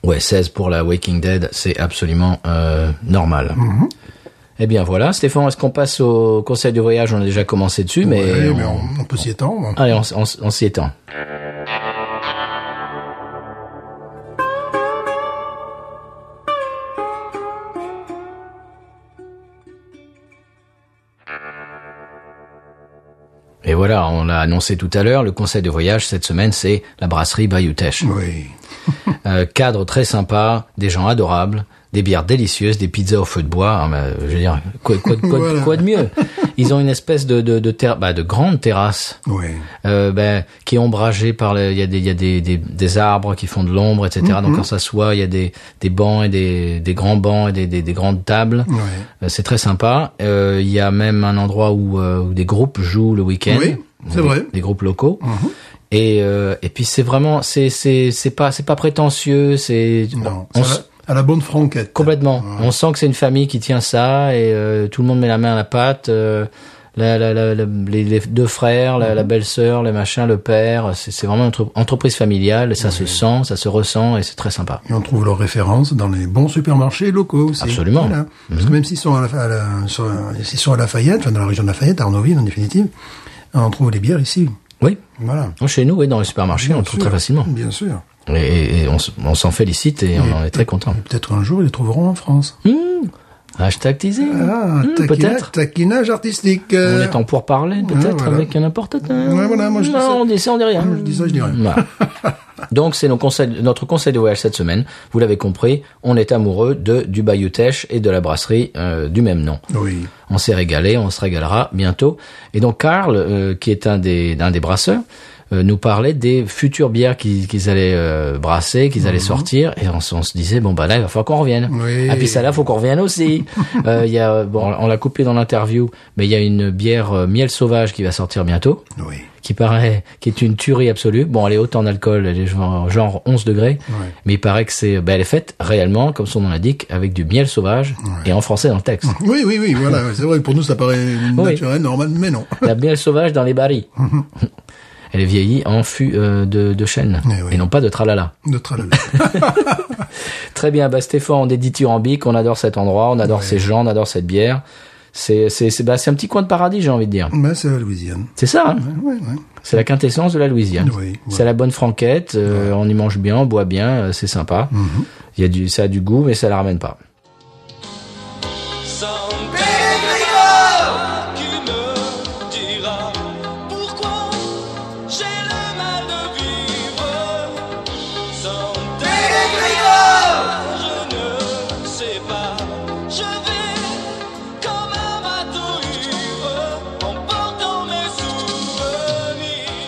[SPEAKER 1] Ouais, 16 pour la Waking Dead, c'est absolument euh, normal. Eh bien voilà, Stéphane, est-ce qu'on passe au conseil de voyage On a déjà commencé dessus, mais,
[SPEAKER 3] Ouais,
[SPEAKER 1] on- Ah.
[SPEAKER 3] mais on, on peut s'y étendre.
[SPEAKER 1] allez, on, s- on s- on s'y étend. Et voilà, on l'a annoncé tout à l'heure, le conseil de voyage cette semaine, c'est la brasserie Bayoutèche.
[SPEAKER 3] Oui.
[SPEAKER 1] Euh, cadre très sympa, des gens adorables, des bières délicieuses, des pizzas au feu de bois. hein, bah, je veux dire, quoi, quoi- quoi-
[SPEAKER 3] Voilà.
[SPEAKER 1] quoi de mieux Ils ont une espèce de de de, terre- bah, de grande terrasse
[SPEAKER 3] Ouais.
[SPEAKER 1] euh, ben, qui est ombragée par les- il y a des il y a des, des, des arbres qui font de l'ombre etc
[SPEAKER 3] Mhm.
[SPEAKER 1] donc quand ça s'assoit il y a des des bancs et des des grands bancs et des des, des grandes tables
[SPEAKER 3] Ouais.
[SPEAKER 1] Euh, c'est très sympa Euh, il y a même un endroit où, euh, où des groupes jouent le week-end
[SPEAKER 3] Oui, c'est
[SPEAKER 1] Des-
[SPEAKER 3] vrai. Mhm.
[SPEAKER 1] des groupes locaux et euh, et puis c'est vraiment c'est c'est c'est pas c'est pas prétentieux c'est
[SPEAKER 3] Non.
[SPEAKER 1] on
[SPEAKER 3] ça
[SPEAKER 1] s-
[SPEAKER 3] va- à la bonne franquette.
[SPEAKER 1] Complètement. On sent que c'est une famille qui tient ça et euh, tout le monde met la main à la pâte. euh, la- la- la- la- les, les deux frères, la, la
[SPEAKER 3] Mhm.
[SPEAKER 1] belle-sœur, le machin, le père. C'est c'est vraiment une entre- entreprise familiale. et Ça se sent, ça se ressent et c'est très sympa.
[SPEAKER 3] Et on trouve leurs références dans les bons supermarchés locaux aussi.
[SPEAKER 1] Absolument. Mhm.
[SPEAKER 3] Voilà. Parce que même s'ils sont à, la, à la- sur- s'ils sont à Lafayette, enfin dans la région de Lafayette, à Arnaudville en définitive, on trouve les bières ici.
[SPEAKER 1] Oui.
[SPEAKER 3] Voilà.
[SPEAKER 1] Chez nous, oui, dans les supermarchés, on le trouve
[SPEAKER 3] Bien
[SPEAKER 1] très
[SPEAKER 3] sûr.
[SPEAKER 1] facilement.
[SPEAKER 3] Bien sûr.
[SPEAKER 1] Et, et- et on, s- on s'en félicite et on en est très content.
[SPEAKER 3] Et Peut-être un jour, ils les trouveront en France.
[SPEAKER 1] Hashtag teasing.
[SPEAKER 3] Ah,
[SPEAKER 1] Hmm,
[SPEAKER 3] taquina-
[SPEAKER 1] Mmh. peut-être.
[SPEAKER 3] taquinage artistique.
[SPEAKER 1] On
[SPEAKER 3] euh,
[SPEAKER 1] est en pourparlers, peut-être,
[SPEAKER 3] voilà.
[SPEAKER 1] avec un importateur.
[SPEAKER 3] Ouais, voilà, moi, je dis
[SPEAKER 1] non,
[SPEAKER 3] ça.
[SPEAKER 1] on dit ça, on dit rien.
[SPEAKER 3] Moi, je dis ça, je dis rien.
[SPEAKER 1] Voilà. Donc, c'est nos conseils- notre conseil de voyage cette semaine. Vous l'avez compris, on est amoureux de, du Bayou Teche et de la brasserie euh, du même nom.
[SPEAKER 3] Oui.
[SPEAKER 1] On s'est régalé, on se régalera bientôt. Et donc, Karl, euh, qui est un des, un des brasseurs, euh, nous parlait des futures bières qu'ils qu'ils allaient euh, brasser, qu'ils allaient sortir, et on, s- on se disait bon bah là il va falloir qu'on revienne.
[SPEAKER 3] Mhm. Oui.
[SPEAKER 1] Et puis ça là faut qu'on revienne aussi. Euh, Il y a bon on l'a coupé dans l'interview, mais il y a une bière euh, miel sauvage qui va sortir bientôt,
[SPEAKER 3] Oui.
[SPEAKER 1] qui paraît qui est une tuerie absolue. Bon elle est haute en alcool, elle est genre, genre 11 degrés,
[SPEAKER 3] Ouais.
[SPEAKER 1] mais il paraît que c'est bah, elle est faite réellement comme son nom l'indique avec du miel sauvage et en français dans le texte.
[SPEAKER 3] Oui, oui, oui, voilà. ouais, C'est vrai que pour nous, ça paraît naturel, normal, mais non.
[SPEAKER 1] La miel sauvage dans les barils.
[SPEAKER 3] Mhm.
[SPEAKER 1] Elle est vieillie en fût euh, de, de chêne
[SPEAKER 3] Eh oui.
[SPEAKER 1] et non pas de tralala.
[SPEAKER 3] De tralala.
[SPEAKER 1] Très bien, bah Stéphane, on est dithyrambique, on adore cet endroit, on
[SPEAKER 3] Eh
[SPEAKER 1] adore ces gens, on adore cette bière. C'est c'est c'est bah, c'est un petit coin de paradis, j'ai envie de dire.
[SPEAKER 3] mais c'est la Louisiane.
[SPEAKER 1] C'est ça, hein
[SPEAKER 3] Ouais, ouais.
[SPEAKER 1] c'est la quintessence de la Louisiane.
[SPEAKER 3] Oui, ouais.
[SPEAKER 1] C'est la bonne franquette, euh, on y mange bien, on boit bien, euh, c'est sympa.
[SPEAKER 3] Mhm.
[SPEAKER 1] Il y a du ça a du goût mais ça la ramène pas.
[SPEAKER 5] Sans bénévole, tu me diras pourquoi j'ai le mal de vivre. Sans bénévole, je ne sais pas. Je vais comme un bateau ivre en portant mes souvenirs.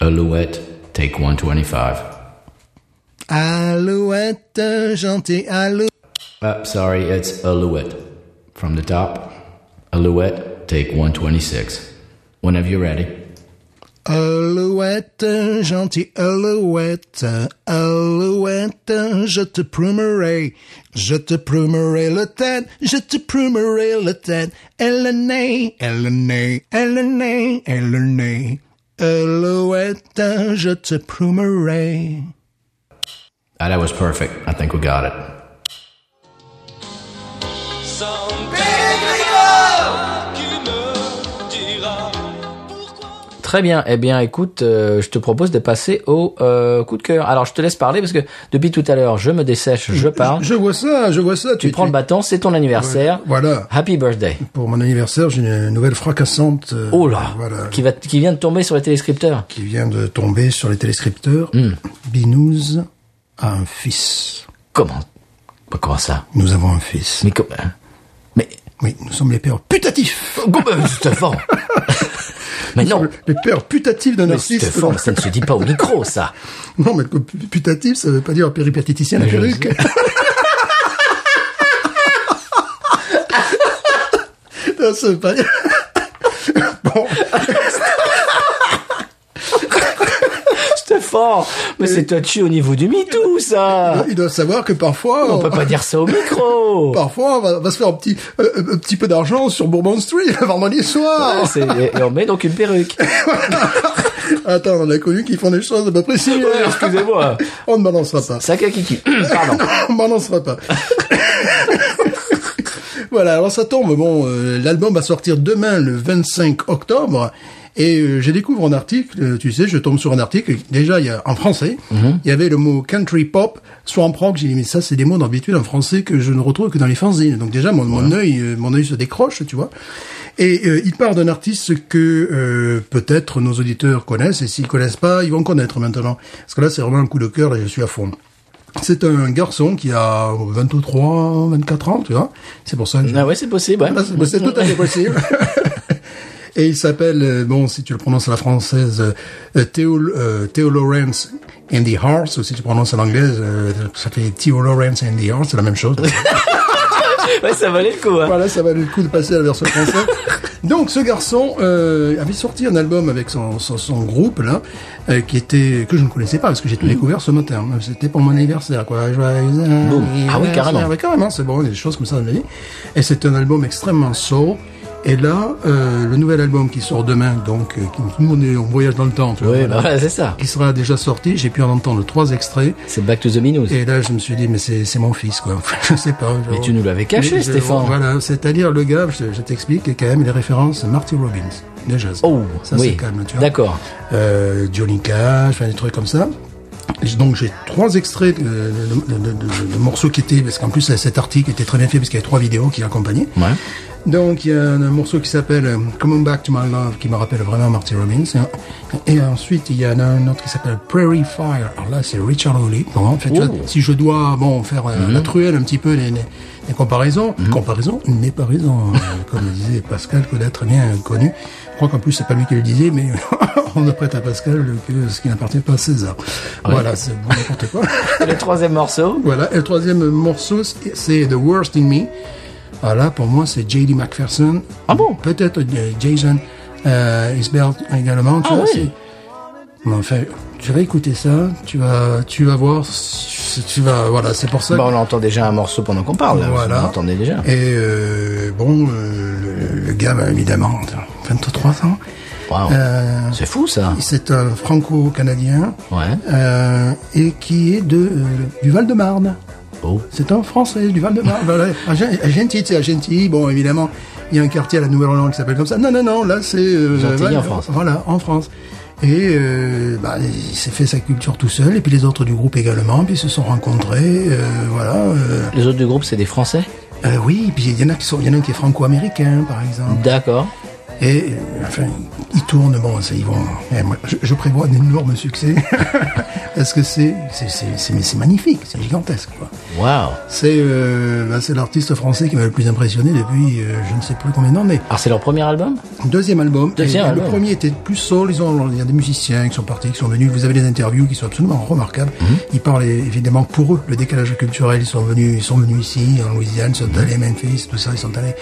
[SPEAKER 1] Alouette, take 125.
[SPEAKER 3] Alouette, gentille alouette.
[SPEAKER 1] Uh, sorry, it's Alouette. From the top, Alouette, take 126. Whenever you're ready.
[SPEAKER 3] Alouette, gentille alouette, alouette, je te prumerai, je te prumerai le tête, je te prumerai le tête, et le nez, et le nez, et le nez, et le nez. Alouette, je te prumerai.
[SPEAKER 1] Ah, that was perfect. I think we got it.
[SPEAKER 5] Sans bénévole, tu me diras pourquoi.
[SPEAKER 1] Très bien. Eh bien, écoute, euh, je te propose de passer au euh, coup de cœur. Alors, je te laisse parler parce que depuis tout à l'heure, je me dessèche, je parle.
[SPEAKER 3] Je vois ça, je vois ça.
[SPEAKER 1] tu prends le bâton, c'est ton anniversaire.
[SPEAKER 3] Voilà.
[SPEAKER 1] Happy birthday.
[SPEAKER 3] Pour mon anniversaire, j'ai une nouvelle fracassante. euh,
[SPEAKER 1] Oh là,
[SPEAKER 3] Voilà.
[SPEAKER 1] qui, va, qui vient de tomber sur les téléscripteurs.
[SPEAKER 3] qui vient de tomber sur les téléscripteurs.
[SPEAKER 1] Hmm.
[SPEAKER 3] Binous a un fils.
[SPEAKER 1] Comment Bah, Comment ça
[SPEAKER 3] Nous avons un fils.
[SPEAKER 1] Mais comment Mais euh,
[SPEAKER 3] Oui, nous sommes les pères putatifs.
[SPEAKER 1] comment Stéphane Mais non
[SPEAKER 3] Les pères putatifs d'un
[SPEAKER 1] mais
[SPEAKER 3] artiste.
[SPEAKER 1] Stéphane, ça ne se dit pas au micro, ça.
[SPEAKER 3] Non, mais pu- putatif, ça veut pas dire péripatéticien la
[SPEAKER 1] je-
[SPEAKER 3] perruque. non, ça veut pas dire... Bon,
[SPEAKER 1] Stéphane, mais c'est touchy au niveau du MeToo, ça.
[SPEAKER 3] il doit savoir que parfois...
[SPEAKER 1] On peut pas dire ça au micro.
[SPEAKER 3] Parfois, on va, va se faire un petit, euh, un petit peu d'argent sur Bourbon Street le vendredi soir.
[SPEAKER 1] Ouais, c'est- et- et on met donc une perruque.
[SPEAKER 3] Attends, on a connu qu'ils font des choses à peu près
[SPEAKER 1] Ouais,
[SPEAKER 3] similaires.
[SPEAKER 1] Excusez-moi.
[SPEAKER 3] On ne balancera pas.
[SPEAKER 1] Saka Kiki. Pardon.
[SPEAKER 3] On ne balancera pas. voilà, alors ça tombe. Bon, euh, l'album va sortir demain, le 25 octobre. Et euh, je découvre un article, euh, tu sais, je tombe sur un article, déjà il y a en français, il y avait le mot country pop, soit en prog, j'ai dit mais ça c'est des mots d'habitude en français que je ne retrouve que dans les fanzines. Donc déjà mon, mon œil euh, mon œil se décroche, tu vois. Et euh, il part d'un artiste que euh, peut-être nos auditeurs connaissent et s'ils connaissent pas, ils vont connaître maintenant parce que là c'est vraiment un coup de cœur et je suis à fond. C'est un garçon qui a 23, 24 ans, tu vois. C'est pour ça que je-
[SPEAKER 1] Ah ouais, c'est possible, ouais.
[SPEAKER 3] Voilà, c'est- c'est tout à fait possible. Et il s'appelle, euh, bon, si tu le prononces à la française, euh, euh, Theo, euh, Theo Lawrence and the Hearts, ou si tu prononces à l'anglaise, euh, ça fait Theo Lawrence and the Hearts, c'est la même chose.
[SPEAKER 1] Ouais, ça valait le coup, hein.
[SPEAKER 3] Voilà, ça valait le coup de passer à la version française. Donc, ce garçon euh, avait sorti un album avec son, son, son groupe là, euh, qui était que je ne connaissais pas parce que j'ai tout découvert ce matin. hein. C'était pour mon anniversaire, quoi. Joyeux
[SPEAKER 1] Mhm. Ah oui,
[SPEAKER 3] anniversaire.
[SPEAKER 1] carrément.
[SPEAKER 3] Ouais, carrément, c'est bon, des choses comme ça dans la vie. Et c'est un album extrêmement soul. Et là, euh, le nouvel album qui sort demain, donc euh, qui- nous on, est, on voyage dans le temps, tu vois,
[SPEAKER 1] Ouais,
[SPEAKER 3] voilà,
[SPEAKER 1] bah voilà, c'est ça.
[SPEAKER 3] qui sera déjà sorti. J'ai pu en entendre trois extraits.
[SPEAKER 1] C'est Back to the Minus.
[SPEAKER 3] Et là, je me suis dit, mais c'est c'est mon fils, quoi. je sais pas.
[SPEAKER 1] Mais
[SPEAKER 3] genre-
[SPEAKER 1] tu nous l'avais caché,
[SPEAKER 3] Mais je-
[SPEAKER 1] Stéphane.
[SPEAKER 3] Voilà, c'est-à-dire, le gars, je, je t'explique, quand même, les références, Marty Robbins, de jazz.
[SPEAKER 1] Oh,
[SPEAKER 3] ça c'est
[SPEAKER 1] oui.
[SPEAKER 3] calme, tu vois.
[SPEAKER 1] D'accord.
[SPEAKER 3] Euh, Johnny Cash, enfin, des trucs comme ça. Et Donc j'ai trois extraits de, de- de- de- de- de morceaux qui étaient, parce qu'en plus cet article était très bien fait parce qu'il y avait trois vidéos qui l'accompagnaient.
[SPEAKER 1] Ouais.
[SPEAKER 3] Donc il y a un, un morceau qui s'appelle euh, Come On Back to My Love qui me rappelle vraiment Marty Robbins. hein. Et, et ensuite il y en a un autre qui s'appelle Prairie Fire. Alors là c'est Richard Hawley. Bon, en fait, tu vois, si je dois bon faire euh, la truelle un petit peu les, les- les comparaisons, comparaison n'est pas raison, euh, comme le disait Pascal Coda très bien euh, connu. Je crois qu'en plus c'est pas lui qui le disait, mais on apprête à Pascal que ce qui n'appartient pas à César. Voilà, c'est n'importe quoi.
[SPEAKER 1] Le troisième morceau.
[SPEAKER 3] Voilà, et le troisième morceau, c'est- c'est The Worst in Me. Voilà, pour moi, c'est J.D. McPherson.
[SPEAKER 1] Ah bon
[SPEAKER 3] Peut-être euh, Jason euh, Isbert également. Tu
[SPEAKER 1] Ah
[SPEAKER 3] vois,
[SPEAKER 1] oui.
[SPEAKER 3] c'est- Mais enfin, tu vas écouter ça, tu vas, tu vas voir, si- tu vas, voilà, c'est pour ça.
[SPEAKER 1] Bah,
[SPEAKER 3] que-
[SPEAKER 1] on entend déjà un morceau pendant qu'on parle. là. On
[SPEAKER 3] voilà.
[SPEAKER 1] l'entendait déjà.
[SPEAKER 3] Et euh, bon, euh, le, le gars, bah, évidemment, 23 ans.
[SPEAKER 1] Waouh.
[SPEAKER 3] Euh,
[SPEAKER 1] C'est fou, ça.
[SPEAKER 3] c'est un franco-canadien
[SPEAKER 1] Ouais.
[SPEAKER 3] euh, et qui est de, euh, du Val-de-Marne.
[SPEAKER 1] Oh.
[SPEAKER 3] C'est un Français du Val-de-Marne. voilà. À Gen- à Gentilly, c'est à Gentilly. Bon, évidemment, il y a un quartier à la Nouvelle-Orléans qui s'appelle comme ça. Non, non, non, là, c'est... euh,
[SPEAKER 1] Gentilly,
[SPEAKER 3] voilà,
[SPEAKER 1] en France.
[SPEAKER 3] Voilà, en France. Et euh, bah, il s'est fait sa culture tout seul, et puis les autres du groupe également, puis ils se sont rencontrés, euh, voilà. euh,
[SPEAKER 1] Les autres du groupe, c'est des Français
[SPEAKER 3] euh, oui, puis il y en a qui sont, il y en a un qui est franco-américain, par exemple.
[SPEAKER 1] D'accord.
[SPEAKER 3] Et euh, enfin, ils tournent, bon, c'est- ils vont. eh, moi, je, je prévois un énorme succès parce que c'est, c'est, c'est, c'est, mais c'est magnifique, c'est gigantesque. Quoi.
[SPEAKER 1] Waouh.
[SPEAKER 3] C'est, euh, bah, c'est l'artiste français qui m'a le plus impressionné depuis, euh, je ne sais plus combien d'années.
[SPEAKER 1] Alors, c'est leur premier album
[SPEAKER 3] Deuxième album.
[SPEAKER 1] Deuxième
[SPEAKER 3] et,
[SPEAKER 1] album.
[SPEAKER 3] Le premier était plus soul. Ils ont, il y a des musiciens qui sont partis, qui sont venus. Vous avez des interviews qui sont absolument remarquables.
[SPEAKER 1] Mhm.
[SPEAKER 3] Ils parlent évidemment pour eux le décalage culturel. Ils sont venus, ils sont venus ici en Louisiane, ils
[SPEAKER 1] Mhm.
[SPEAKER 3] sont allés à Memphis, tout ça, ils sont allés.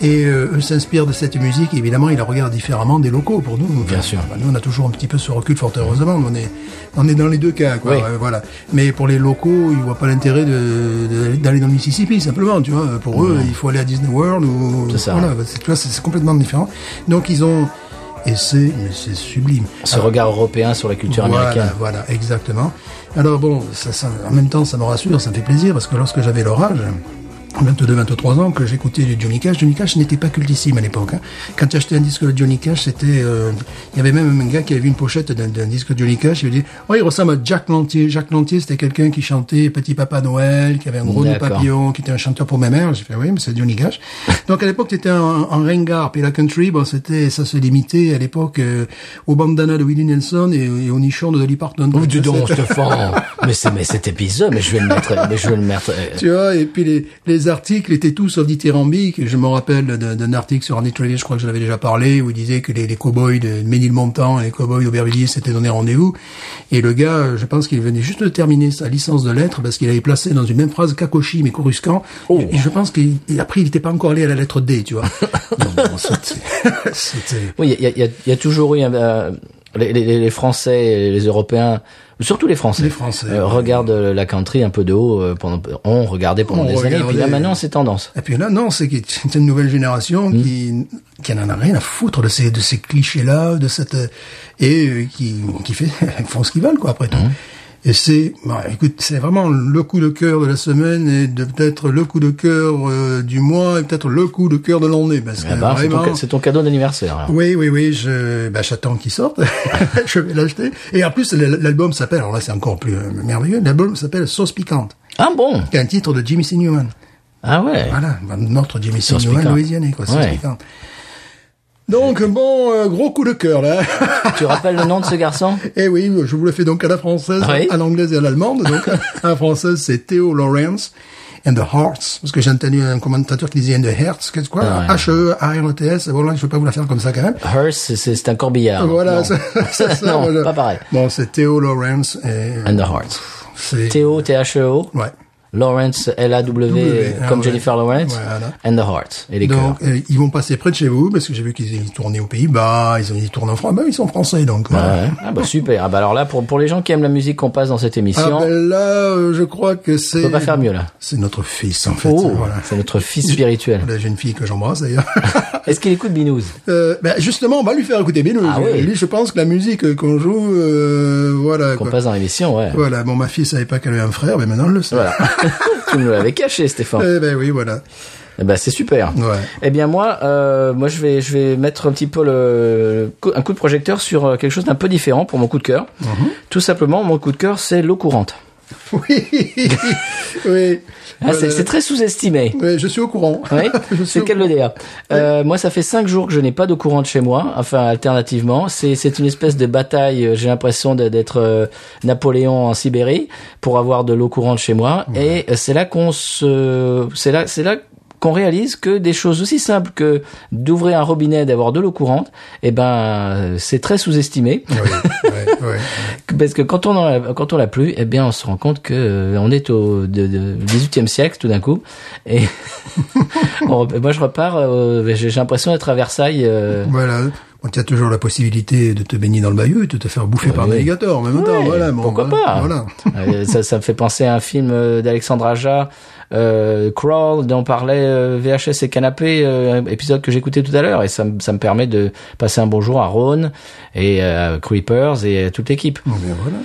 [SPEAKER 3] Et euh, eux s'inspirent de cette musique. Et évidemment, ils la regardent différemment des locaux pour nous. Enfin,
[SPEAKER 1] sûr.
[SPEAKER 3] bah, nous, on a toujours un petit peu ce recul, fort heureusement. On est, on est dans les deux cas, quoi.
[SPEAKER 1] Oui.
[SPEAKER 3] Euh, voilà. Mais pour les locaux, ils voient pas l'intérêt de- de- d'aller dans le Mississippi, simplement. Tu vois, pour eux, il faut aller à Disney World ou
[SPEAKER 1] C'est ça.
[SPEAKER 3] voilà, bah, c'est- tu vois, c'est c'est complètement différent. Donc ils ont et c'est mais c'est sublime.
[SPEAKER 1] Ce regard européen sur la culture
[SPEAKER 3] Ah. voilà,
[SPEAKER 1] américaine.
[SPEAKER 3] voilà, exactement. Alors bon, ça, ça- en même temps, ça me rassure, ça me fait plaisir parce que lorsque j'avais leur âge. 22-23 ans que j'écoutais du Johnny Cash. Johnny Cash n'était pas cultissime à l'époque. hein. Quand tu achetais un disque de Johnny Cash, c'était, euh, il y avait même un gars qui avait vu une pochette d'un d'un disque de Johnny Cash. Il lui dit, oh, il ressemble à Jack Lantier. Jack Lantier, c'était quelqu'un qui chantait Petit Papa Noël, qui avait un gros nœud
[SPEAKER 1] D'accord.
[SPEAKER 3] papillon. Papillon, qui était un chanteur pour ma mère. J'ai fait, oui, mais c'est Johnny Cash. Donc, à l'époque, t'étais en, en ringard. Puis la country, bon, c'était, ça se limitait à l'époque euh, au bandana de Willie Nelson et, et au nichon de Dolly Parton.
[SPEAKER 1] Oh, dis donc,
[SPEAKER 3] C'était-
[SPEAKER 1] Stéphane. mais, c'est- mais cet épisode, mais je vais le mettre. Mais je vais le mettre. euh,
[SPEAKER 3] tu vois, et puis les, les articles étaient tous sauf dithyrambiques. Je me rappelle d'un- d'un article sur Andy Travis, je crois que je l'avais déjà parlé, où il disait que les, les cow-boys de Ménilmontant et les cow-boys d'Aubervilliers s'étaient donné rendez-vous. Et le gars, je pense qu'il venait juste de terminer sa licence de lettres parce qu'il avait placé dans une même phrase Kakoshi mais Coruscant. Et je pense qu'il, et après, il n'était pas encore allé à la lettre D, tu vois. Non, bon, c'était- c'était...
[SPEAKER 1] Oui, il y a, il y a- il y a toujours eu un, euh, les, les- les Français, et les Européens, surtout les Français.
[SPEAKER 3] Les Français,
[SPEAKER 1] euh,
[SPEAKER 3] oui.
[SPEAKER 1] regardent la country un peu de haut. euh, pendant, on regardait pendant
[SPEAKER 3] On
[SPEAKER 1] des années. Et puis là
[SPEAKER 3] regardait.
[SPEAKER 1] maintenant, c'est tendance.
[SPEAKER 3] Et puis là, non, c'est qu'il y a une nouvelle génération
[SPEAKER 1] Hmm.
[SPEAKER 3] qui, qui n'en a rien à foutre de ces, de ces clichés-là, de cette, euh, et euh, qui, qui fait, font ce qu'ils veulent, quoi, après tout.
[SPEAKER 1] Hmm.
[SPEAKER 3] Et c'est, bah, écoute, c'est vraiment le coup de cœur de la semaine et de peut-être le coup de cœur euh, du mois et peut-être le coup de cœur de l'année, parce que
[SPEAKER 1] Ah bah, c'est ton
[SPEAKER 3] vraiment.
[SPEAKER 1] ca- c'est ton, cadeau d'anniversaire. alors.
[SPEAKER 3] Oui, oui, oui, je, bah, j'attends qu'il sorte. je vais l'acheter. Et en plus, l- l'album s'appelle, alors là, c'est encore plus euh, merveilleux, l'album s'appelle Sauce Piquante,
[SPEAKER 1] Ah bon
[SPEAKER 3] qui est un titre de Jimmy C. Newman.
[SPEAKER 1] Ah ouais.
[SPEAKER 3] Voilà, bah, notre Jimmy
[SPEAKER 1] Sauce
[SPEAKER 3] Signal
[SPEAKER 1] piquante.
[SPEAKER 3] louisianais, quoi, sauce
[SPEAKER 1] Ouais.
[SPEAKER 3] piquante. Donc, bon, euh, gros coup de cœur, là.
[SPEAKER 1] Tu rappelles le nom de ce garçon
[SPEAKER 3] Eh oui, je vous le fais donc à la française,
[SPEAKER 1] Ah Oui.
[SPEAKER 3] à l'anglaise et à l'allemande. Donc, à la française, c'est Theo Lawrence and the Hearts. Parce que j'ai entendu un commentateur qui disait and the Hearts. Qu'est-ce quoi? E
[SPEAKER 1] Ah, ouais.
[SPEAKER 3] H-E-A-R-T-S. Voilà, je peux pas vous la faire comme ça, quand même.
[SPEAKER 1] Hearse, c'est c'est un corbillard.
[SPEAKER 3] Voilà,
[SPEAKER 1] Ah Non.
[SPEAKER 3] ça, ça, ça,
[SPEAKER 1] non,
[SPEAKER 3] voilà.
[SPEAKER 1] pas pareil.
[SPEAKER 3] Bon, c'est Theo Lawrence et
[SPEAKER 1] And the Hearts.
[SPEAKER 3] c'est
[SPEAKER 1] Théo, T-H-E-O.
[SPEAKER 3] ouais.
[SPEAKER 1] Lawrence, L-A-W,
[SPEAKER 3] W, ah
[SPEAKER 1] comme
[SPEAKER 3] ouais.
[SPEAKER 1] Jennifer Lawrence.
[SPEAKER 3] Voilà.
[SPEAKER 1] And the Hearts. Et les cœurs.
[SPEAKER 3] Donc euh, ils vont passer près de chez vous parce que j'ai vu qu'ils ils tournaient aux Pays-Bas, ils ont ils tournent en France, bah ils sont français donc. voilà.
[SPEAKER 1] Ouais. Ah bah super. Ah bah alors là, pour, pour les gens qui aiment la musique qu'on passe dans cette émission,
[SPEAKER 3] Ah ben là, euh, je crois que c'est.
[SPEAKER 1] on peut pas faire mieux là.
[SPEAKER 3] C'est notre fils en fait.
[SPEAKER 1] oh,
[SPEAKER 3] voilà.
[SPEAKER 1] c'est notre fils spirituel.
[SPEAKER 3] La jeune fille que j'embrasse d'ailleurs.
[SPEAKER 1] Est-ce qu'il écoute Binouze
[SPEAKER 3] Euh, ben, justement, on va lui faire écouter Benoît.
[SPEAKER 1] Ah oui.
[SPEAKER 3] Lui, je pense que la musique euh, qu'on joue, euh, voilà.
[SPEAKER 1] qu'on
[SPEAKER 3] quoi.
[SPEAKER 1] passe dans l'émission Ouais.
[SPEAKER 3] Voilà. Bon, ma fille savait pas qu'elle avait un frère, mais maintenant elle le sait.
[SPEAKER 1] Voilà. tu nous l'avais caché, Stéphane.
[SPEAKER 3] Eh ben oui, voilà.
[SPEAKER 1] Eh ben, c'est super.
[SPEAKER 3] Ouais.
[SPEAKER 1] Eh bien moi, euh, moi je vais je vais mettre un petit peu le le- un coup de projecteur sur euh, quelque chose d'un peu différent pour mon coup de cœur.
[SPEAKER 3] Mhm.
[SPEAKER 1] Tout simplement, mon coup de cœur, c'est l'eau courante.
[SPEAKER 3] Oui. oui.
[SPEAKER 1] Ah, c'est-
[SPEAKER 3] Voilà.
[SPEAKER 1] c'est très sous-estimé.
[SPEAKER 3] Oui, je suis au courant.
[SPEAKER 1] Oui,
[SPEAKER 3] Je suis
[SPEAKER 1] c'est
[SPEAKER 3] au
[SPEAKER 1] le cas de le dire. Euh, Moi, ça fait cinq jours que je n'ai pas d'eau courante chez moi, enfin alternativement. C'est c'est une espèce de bataille. euh, J'ai l'impression de- d'être euh, Napoléon en Sibérie pour avoir de l'eau courante chez moi. Et euh, c'est là qu'on se, c'est là, c'est là qu'on réalise que des choses aussi simples que d'ouvrir un robinet, et d'avoir de l'eau courante, eh ben, euh, c'est très sous-estimé
[SPEAKER 3] Oui, oui, oui.
[SPEAKER 1] parce que quand on en a, quand on l'a plus, eh bien, on se rend compte que euh, on est au de, de 18e siècle tout d'un coup. Et on rep- moi, je repars. euh, J'ai j'ai l'impression d'être à Versailles. euh,
[SPEAKER 3] Voilà. Bon, tu as toujours la possibilité de te baigner dans le bayou et de te faire bouffer par un
[SPEAKER 1] Oui.
[SPEAKER 3] alligator en même temps.
[SPEAKER 1] Ouais,
[SPEAKER 3] Voilà, bon,
[SPEAKER 1] pourquoi
[SPEAKER 3] voilà,
[SPEAKER 1] pas
[SPEAKER 3] Voilà.
[SPEAKER 1] Euh, ça, ça me fait penser à un film euh, d'Alexandre Aja, euh, Crawl, dont parlait euh, VHS et Canapé, euh, épisode que j'écoutais tout à l'heure, et ça, me- ça me permet de passer un bonjour à Rhône et à Creepers et à toute l'équipe.
[SPEAKER 3] Bon, ben voilà.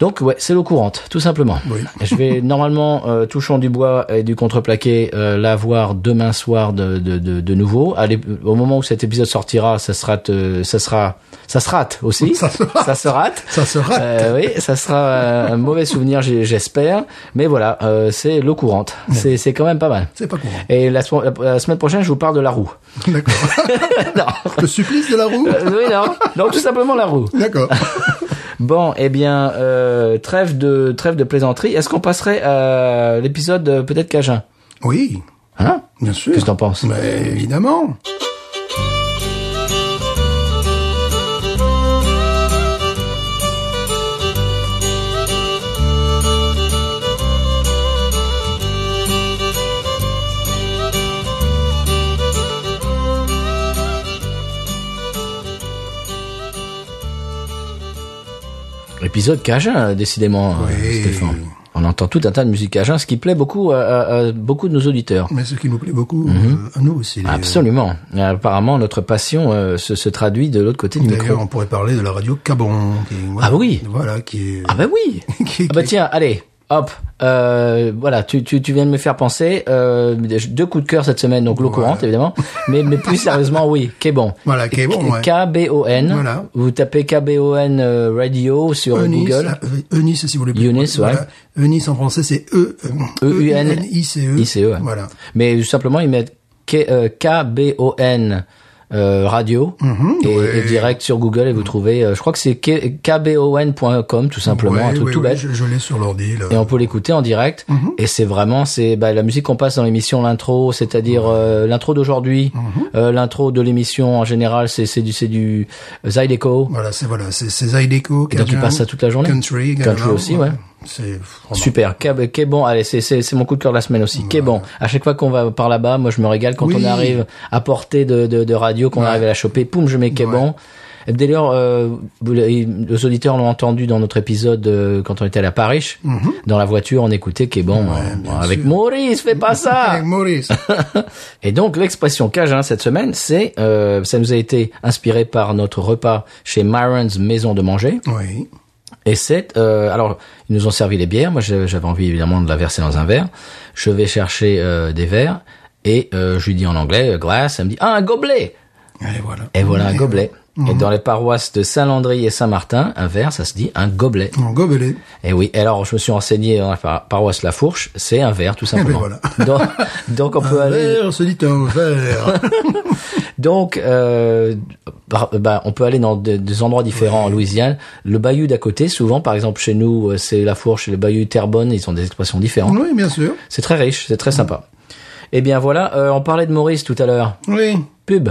[SPEAKER 1] Donc ouais, c'est l'eau courante, tout simplement.
[SPEAKER 3] Oui.
[SPEAKER 1] Je vais normalement, euh, touchant du bois et du contreplaqué, euh, la voir demain soir de, de, de, de nouveau. À l'ép- au moment où cet épisode sortira, ça sera, te- ça sera, ça se rate aussi.
[SPEAKER 3] Ça se rate.
[SPEAKER 1] Ça se rate.
[SPEAKER 3] Ça se rate.
[SPEAKER 1] Euh, oui, ça sera euh, un mauvais souvenir, j'ai- j'espère. Mais voilà, euh, c'est l'eau courante. C'est, c'est quand même pas mal.
[SPEAKER 3] C'est pas courant.
[SPEAKER 1] Et la, so- la- la semaine prochaine, je vous parle de la roue.
[SPEAKER 3] D'accord.
[SPEAKER 1] non.
[SPEAKER 3] Le supplice de la roue.
[SPEAKER 1] Euh, oui, non. Donc tout simplement la roue.
[SPEAKER 3] D'accord.
[SPEAKER 1] Bon, eh bien, euh, trêve de trêve de plaisanterie. Est-ce qu'on passerait à l'épisode euh, peut-être Cajun
[SPEAKER 3] Oui,
[SPEAKER 1] Hein
[SPEAKER 3] bien sûr.
[SPEAKER 1] Qu'est-ce que t'en penses
[SPEAKER 3] Mais évidemment.
[SPEAKER 1] Épisode Cajun, décidément, euh,
[SPEAKER 3] Oui.
[SPEAKER 1] Stéphane. On entend tout un tas de musique Cajun, ce qui plaît beaucoup à, à- à beaucoup de nos auditeurs.
[SPEAKER 3] Mais ce qui nous plaît beaucoup, euh, à nous aussi. les-
[SPEAKER 1] Mhm. Absolument. Et Apparemment, notre passion euh, se, se traduit de l'autre côté du
[SPEAKER 3] D'ailleurs,
[SPEAKER 1] micro.
[SPEAKER 3] on pourrait parler de la radio Cabon. Qui,
[SPEAKER 1] Ah oui.
[SPEAKER 3] Voilà, qui est.
[SPEAKER 1] Ah bah oui
[SPEAKER 3] qui-
[SPEAKER 1] Ah bah
[SPEAKER 3] qui-
[SPEAKER 1] tiens, allez, hop. Euh, voilà, tu, tu, tu viens de me faire penser. Euh, deux coups de cœur cette semaine, donc l'eau
[SPEAKER 3] Voilà.
[SPEAKER 1] courante évidemment. Mais, mais plus sérieusement, oui, qu'est bon.
[SPEAKER 3] Voilà, qui est bon. ouais.
[SPEAKER 1] K-B-O-N.
[SPEAKER 3] Voilà.
[SPEAKER 1] Vous tapez K-B-O-N euh, radio sur
[SPEAKER 3] Eunice,
[SPEAKER 1] Google.
[SPEAKER 3] euh, Eunice, si vous voulez.
[SPEAKER 1] Eunice, ouais.
[SPEAKER 3] Eunice en français, c'est E,
[SPEAKER 1] E- U- N-
[SPEAKER 3] I-C-E.
[SPEAKER 1] ICE, ouais.
[SPEAKER 3] Voilà.
[SPEAKER 1] Mais tout simplement, ils mettent K- euh, K-B-O-N euh, radio et,
[SPEAKER 3] Mhm, ouais.
[SPEAKER 1] et direct sur Google et vous trouvez, euh, je crois que c'est K- kbon.com tout simplement,
[SPEAKER 3] Ouais,
[SPEAKER 1] un truc
[SPEAKER 3] ouais,
[SPEAKER 1] tout
[SPEAKER 3] ouais,
[SPEAKER 1] bête.
[SPEAKER 3] Je, Mhm. je l'ai sur l'ordi, là.
[SPEAKER 1] Et on peut l'écouter en direct. Et c'est vraiment, c'est bah, la musique qu'on passe dans l'émission, l'intro, c'est-à-dire euh, l'intro d'aujourd'hui,
[SPEAKER 3] Mhm.
[SPEAKER 1] euh, l'intro de l'émission en général, c'est c'est du c'est du euh, Zydeco.
[SPEAKER 3] Voilà, c'est voilà, c'est c'est Zydeco.
[SPEAKER 1] Et donc, tu
[SPEAKER 3] Cajun,
[SPEAKER 1] passes ça toute la journée
[SPEAKER 3] Country,
[SPEAKER 1] Country
[SPEAKER 3] également,
[SPEAKER 1] aussi, ouais.
[SPEAKER 3] C'est vraiment-
[SPEAKER 1] Super, Quai- Quai bon, allez, c'est c'est c'est mon coup de cœur de la semaine aussi. Quai bon, à chaque fois qu'on va par là-bas, moi je me régale quand
[SPEAKER 3] Oui.
[SPEAKER 1] on arrive à portée de de, de radio, qu'on
[SPEAKER 3] Ouais.
[SPEAKER 1] arrive à la choper, poum, je mets Quai
[SPEAKER 3] Ouais.
[SPEAKER 1] bon. Et D'ailleurs, euh, vous l'avez- les auditeurs l'ont entendu dans notre épisode euh, quand on était à la Paris,
[SPEAKER 3] Mm-hmm.
[SPEAKER 1] dans la voiture, on écoutait Quai bon euh, avec Maurice, fais pas ça.
[SPEAKER 3] Hey, Maurice.
[SPEAKER 1] Et donc l'expression Cajun cette semaine, c'est euh, ça nous a été inspiré par notre repas chez Myron's Maison de Manger.
[SPEAKER 3] oui.
[SPEAKER 1] Et c'est euh, alors ils nous ont servi les bières. Moi j'ai- j'avais envie évidemment de la verser dans un verre. Je vais chercher euh, des verres et euh, je lui dis en anglais euh, glass. Elle me dit ah un gobelet.
[SPEAKER 3] Et voilà.
[SPEAKER 1] Et voilà un gobelet. Et dans les paroisses de Saint-Landry et Saint-Martin, un verre ça se dit un gobelet.
[SPEAKER 3] Mon gobelet.
[SPEAKER 1] Et oui. Et alors je me suis renseigné dans la par- paroisse La Fourche, c'est un verre tout
[SPEAKER 3] ben
[SPEAKER 1] simplement.
[SPEAKER 3] voilà.
[SPEAKER 1] donc, donc on peut
[SPEAKER 3] Un
[SPEAKER 1] aller
[SPEAKER 3] verre se dit un verre.
[SPEAKER 1] Donc, euh, par- bah, on peut aller dans des, des endroits différents en Louisiane. Le bayou d'à côté, souvent, par exemple, chez nous, euh, c'est La Fourche et le bayou Terrebonne, ils ont des expressions différentes.
[SPEAKER 6] Oui, bien sûr.
[SPEAKER 1] C'est très riche, c'est très sympa. Eh bien voilà, euh, on parlait de Maurice tout à l'heure.
[SPEAKER 6] Oui.
[SPEAKER 1] Pub.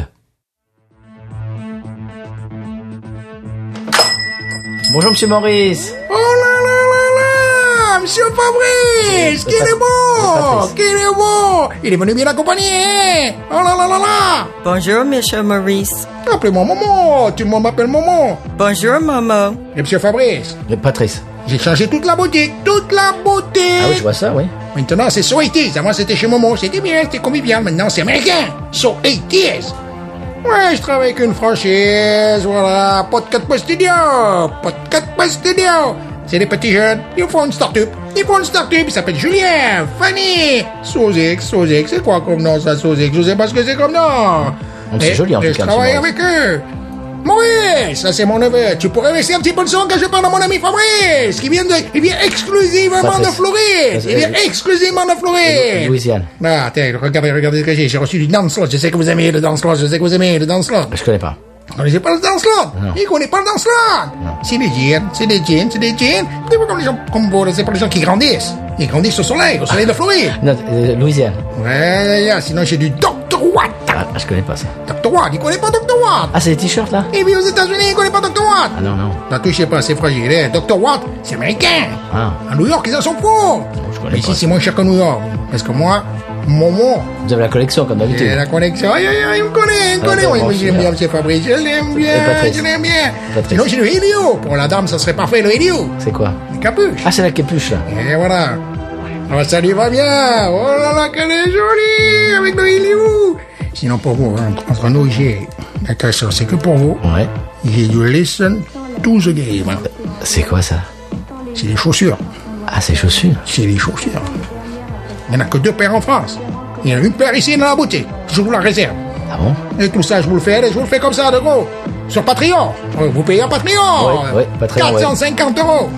[SPEAKER 1] Bonjour Monsieur Maurice.
[SPEAKER 6] Oh là là là là Monsieur Fabrice Qu'il est beau
[SPEAKER 1] Patrice.
[SPEAKER 6] Qu'il est beau Il est venu bien accompagné Oh là là là là
[SPEAKER 7] Bonjour, Monsieur Maurice.
[SPEAKER 6] Appelez-moi Momo Tout le monde m'appelle Momo
[SPEAKER 7] Bonjour, Momo.
[SPEAKER 6] Et Monsieur Fabrice
[SPEAKER 1] Euh, Patrice.
[SPEAKER 6] J'ai changé toute la boutique Toute la boutique
[SPEAKER 1] Ah oui, je vois ça, oui.
[SPEAKER 6] Maintenant, c'est So 80 Avant, c'était chez Momo. C'était hein, bien, c'était convivial. Maintenant, c'est américain. So 80 Ouais, je travaille avec une franchise. Voilà. Podcast Studio. Podcast Studio. C'est des petits jeunes. Ils font une start-up. Ils font une start-up. Ils s'appellent Julien, Fanny, Sozek, Sozek. C'est quoi comme nom, ça, Sozek? Je sais pas ce que c'est comme nom.
[SPEAKER 1] Donc, Oh, c'est
[SPEAKER 6] Mais-
[SPEAKER 1] joli, en
[SPEAKER 6] mais
[SPEAKER 1] tout cas,
[SPEAKER 6] Je travaille
[SPEAKER 1] c'est
[SPEAKER 6] avec eux. Maurice, ça c'est mon neveu. Tu pourrais laisser un petit peu le son quand je parle à mon ami Fabrice, qui vient de, il vient exclusivement de
[SPEAKER 1] Fabrice.
[SPEAKER 6] Floride. Il vient
[SPEAKER 1] Euh,
[SPEAKER 6] exclusivement de
[SPEAKER 1] Eh
[SPEAKER 6] Floride.
[SPEAKER 1] Louisiane.
[SPEAKER 6] Ah, tiens, regardez, regardez ce que j'ai. J'ai reçu du dance -lot. Je sais que vous aimez le dance -lot. Je sais que vous aimez le dance -lot.
[SPEAKER 1] Ah, Je connais pas.
[SPEAKER 6] On ne sait pas le dance -lot.
[SPEAKER 1] Non.
[SPEAKER 6] Il connaît pas le dance -lot. C'est des jeans, c'est des jeans, c'est des jeans. Vous savez, comme les gens, comme vous, c'est pas les gens qui grandissent. Ils grandissent au soleil, au soleil de Floride.
[SPEAKER 1] Non, euh, Louisiane.
[SPEAKER 6] Ouais, ouais, ouais, sinon j'ai du Dr. Watt.
[SPEAKER 1] Ah, je connais pas ça.
[SPEAKER 6] Dr. Watt, il connaît pas Dr. Watt.
[SPEAKER 1] Ah, c'est les t-shirts là
[SPEAKER 6] Il vit aux États-Unis, il connaît pas Dr. Watt.
[SPEAKER 1] Ah non, non.
[SPEAKER 6] N'en touchez pas, c'est fragile. hein. Dr. Watt, c'est américain.
[SPEAKER 1] Ah.
[SPEAKER 6] À New York, ils en sont fous.
[SPEAKER 1] je connais
[SPEAKER 6] Mais
[SPEAKER 1] pas.
[SPEAKER 6] Ici, c'est moins cher qu'à New York. Parce que moi, mon mot,
[SPEAKER 1] Vous avez la collection comme
[SPEAKER 6] j'ai
[SPEAKER 1] d'habitude.
[SPEAKER 6] la connexion. Aïe, aïe, aïe, il me connaît, il me
[SPEAKER 1] Ah,
[SPEAKER 6] connaît.
[SPEAKER 1] bon,
[SPEAKER 6] Oui,
[SPEAKER 1] bon,
[SPEAKER 6] oui, j'aime
[SPEAKER 1] celui-là.
[SPEAKER 6] bien, monsieur Fabrice. Je l'aime bien,
[SPEAKER 1] Patrice.
[SPEAKER 6] je l'aime bien.
[SPEAKER 1] Patrice.
[SPEAKER 6] Sinon, j'ai le Helio. Pour la dame, ça serait parfait, le Helio.
[SPEAKER 1] C'est quoi
[SPEAKER 6] La capuche.
[SPEAKER 1] Ah, c'est la capuche là.
[SPEAKER 6] Et voilà. Ah, ça lui va bien. Oh là là, qu'elle est jolie avec le Helio. Sinon, pour vous, hein, entre nous, j'ai. Attention, c'est que pour vous.
[SPEAKER 1] Ouais.
[SPEAKER 6] J'ai du listen to the game.
[SPEAKER 1] C'est quoi ça
[SPEAKER 6] C'est les chaussures.
[SPEAKER 1] Ah, c'est chaussures.
[SPEAKER 6] C'est les chaussures. Il n'y en a que deux paires en France. Il y en a une paire ici dans la boutique. Je vous la réserve.
[SPEAKER 1] Ah bon
[SPEAKER 6] Et tout ça, je vous le fais, je vous le fais comme ça, de gros. Sur Patreon. Euh, Vous payez un Patreon. Euh,
[SPEAKER 1] Ouais, ouais, Mhm. Patreon,
[SPEAKER 6] 450 euros.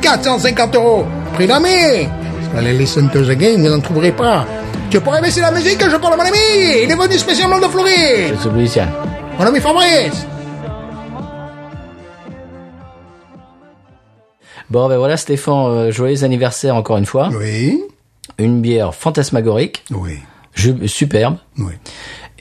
[SPEAKER 6] 450 euros. Prix d'ami. Allez, listen to the game, vous n'en trouverez pas. Tu pourrais baisser la musique, je parle à mon ami. Il est venu spécialement de Floride.
[SPEAKER 1] C'est Louisiane.
[SPEAKER 6] Mon ami Fabrice.
[SPEAKER 1] Bon, ben voilà, Stéphane, euh, joyeux anniversaire encore une fois.
[SPEAKER 6] Oui.
[SPEAKER 1] Une bière fantasmagorique,
[SPEAKER 6] Oui.
[SPEAKER 1] ju- superbe.
[SPEAKER 6] Oui.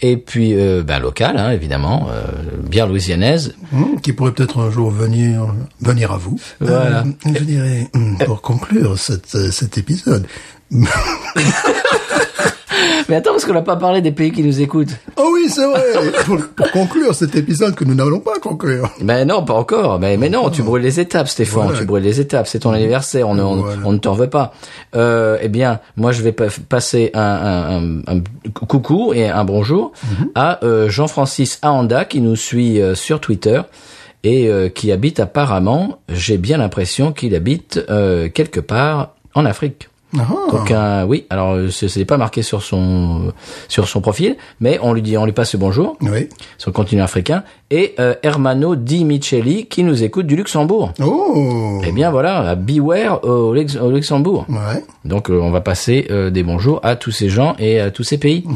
[SPEAKER 1] Et puis, euh, ben, locale, hein, évidemment, euh, bière louisianaise.
[SPEAKER 6] Hmm, qui pourrait peut-être un jour venir venir à vous.
[SPEAKER 1] Voilà.
[SPEAKER 6] Euh, je dirais hmm, pour conclure cette, euh, cet épisode.
[SPEAKER 1] Mais attends, parce qu'on n'a pas parlé des pays qui nous écoutent.
[SPEAKER 6] Oh oui, c'est vrai. pour, pour conclure cet épisode que nous n'allons pas conclure.
[SPEAKER 1] Ben non, pas encore. Mais, mais non, tu brûles les étapes, Stéphane.
[SPEAKER 6] Voilà.
[SPEAKER 1] Tu brûles les étapes. C'est ton anniversaire. On, ne- on,
[SPEAKER 6] Voilà.
[SPEAKER 1] on ne t'en veut pas. Euh, eh bien, moi, je vais pa- passer un, un- un- un coucou et un bonjour à euh, Jean-Francis Ahanda qui nous suit euh, sur Twitter et euh, qui habite apparemment, j'ai bien l'impression qu'il habite euh, quelque part en Afrique.
[SPEAKER 6] Ah,
[SPEAKER 3] Ah.
[SPEAKER 1] Donc un- oui, alors euh, ce n'est pas marqué sur son euh, sur son profil, mais on lui dit, on lui passe le bonjour
[SPEAKER 6] Oui.
[SPEAKER 1] sur le continent africain et euh, Hermano Di Micheli qui nous écoute du Luxembourg.
[SPEAKER 6] Oh.
[SPEAKER 1] Eh bien voilà, à Beware au, Lex- au Luxembourg.
[SPEAKER 6] Ouais.
[SPEAKER 1] Donc euh, on va passer euh, des bonjours à tous ces gens et à tous ces pays.
[SPEAKER 6] Ouais.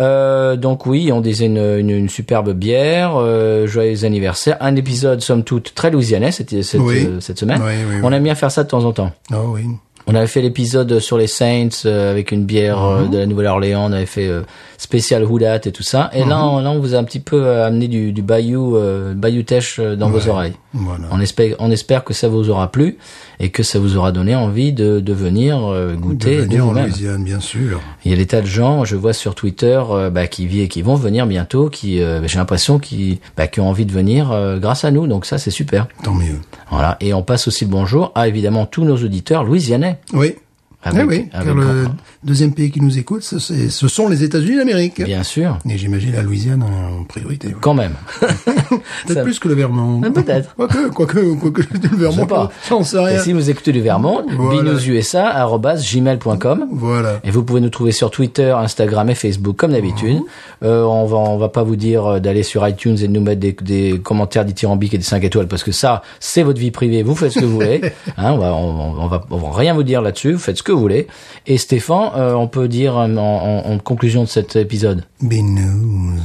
[SPEAKER 1] Euh, donc oui, on disait une, une- une superbe bière, euh, joyeux anniversaire, un épisode somme toute très louisianais cette, cette,
[SPEAKER 6] Oui.
[SPEAKER 1] euh, cette semaine.
[SPEAKER 6] Oui, oui, oui.
[SPEAKER 1] On aime bien faire ça de temps en temps.
[SPEAKER 6] Oh oui.
[SPEAKER 1] On avait fait l'épisode sur les Saints euh, avec une bière euh,
[SPEAKER 6] Mhm.
[SPEAKER 1] de la Nouvelle-Orléans, on avait fait euh, spécial Houdat et tout ça. Et
[SPEAKER 6] Mhm.
[SPEAKER 1] là, on, là, on vous a un petit peu euh, amené du, du Bayou, euh, Bayou Teche euh, dans vos oreilles.
[SPEAKER 6] Voilà.
[SPEAKER 1] On espère, on espère que ça vous aura plu et que ça vous aura donné envie de, de venir euh, goûter de
[SPEAKER 6] Venir en
[SPEAKER 1] vous-même.
[SPEAKER 6] Louisiane, bien sûr.
[SPEAKER 1] Il y a des tas de gens, je vois sur Twitter, euh, bah, qui vivent et qui vont venir bientôt, qui, euh, j'ai l'impression, qui, bah, qui ont envie de venir euh, grâce à nous. Donc ça, c'est super.
[SPEAKER 6] Tant mieux.
[SPEAKER 1] Voilà. Et on passe aussi le bonjour à évidemment tous nos auditeurs louisianais.
[SPEAKER 6] Oui.
[SPEAKER 1] Avec-
[SPEAKER 6] Eh oui.
[SPEAKER 1] avec
[SPEAKER 6] car le
[SPEAKER 1] grand-
[SPEAKER 6] deuxième pays qui nous écoute, ce, c'est- ce sont les États-Unis d'Amérique.
[SPEAKER 1] Bien sûr.
[SPEAKER 6] Et j'imagine la Louisiane en priorité.
[SPEAKER 1] Quand même.
[SPEAKER 6] Peut-être
[SPEAKER 1] Ça-
[SPEAKER 6] plus que le Vermont.
[SPEAKER 1] Ah, peut-être.
[SPEAKER 6] Quoique, quoique, quoique, le
[SPEAKER 1] Je sais
[SPEAKER 6] Vermont.
[SPEAKER 1] pas.
[SPEAKER 6] J'en sais
[SPEAKER 1] Et
[SPEAKER 6] rien.
[SPEAKER 1] si vous écoutez du Vermont,
[SPEAKER 6] Voilà.
[SPEAKER 1] binoususa.gmail.com.
[SPEAKER 6] Voilà.
[SPEAKER 1] Et vous pouvez nous trouver sur Twitter, Instagram et Facebook comme
[SPEAKER 6] Mhm.
[SPEAKER 1] d'habitude. Euh, on va on va pas vous dire euh, d'aller sur iTunes et de nous mettre des, des commentaires dithyrambiques et des 5 étoiles parce que ça c'est votre vie privée, vous faites ce que vous voulez. Hein, on va on, on va on va rien vous dire là-dessus, vous faites ce que que vous voulez. Et Stéphane, euh, on peut dire en, en- en conclusion de cet épisode.
[SPEAKER 3] Binouze.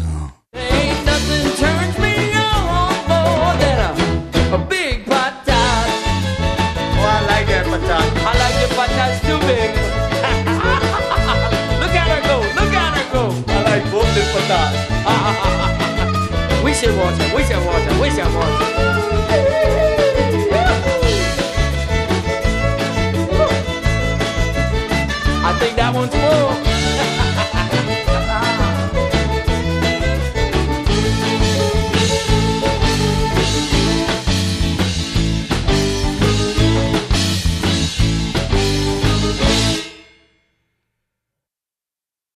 [SPEAKER 5] Ain't nothing turns me on more than a, a big patat. Oh, I like that patat. I like the patats too big. look at her go, look at her go. I like both the patats. we should watch her, we should watch her, we should watch her. I think that one's full.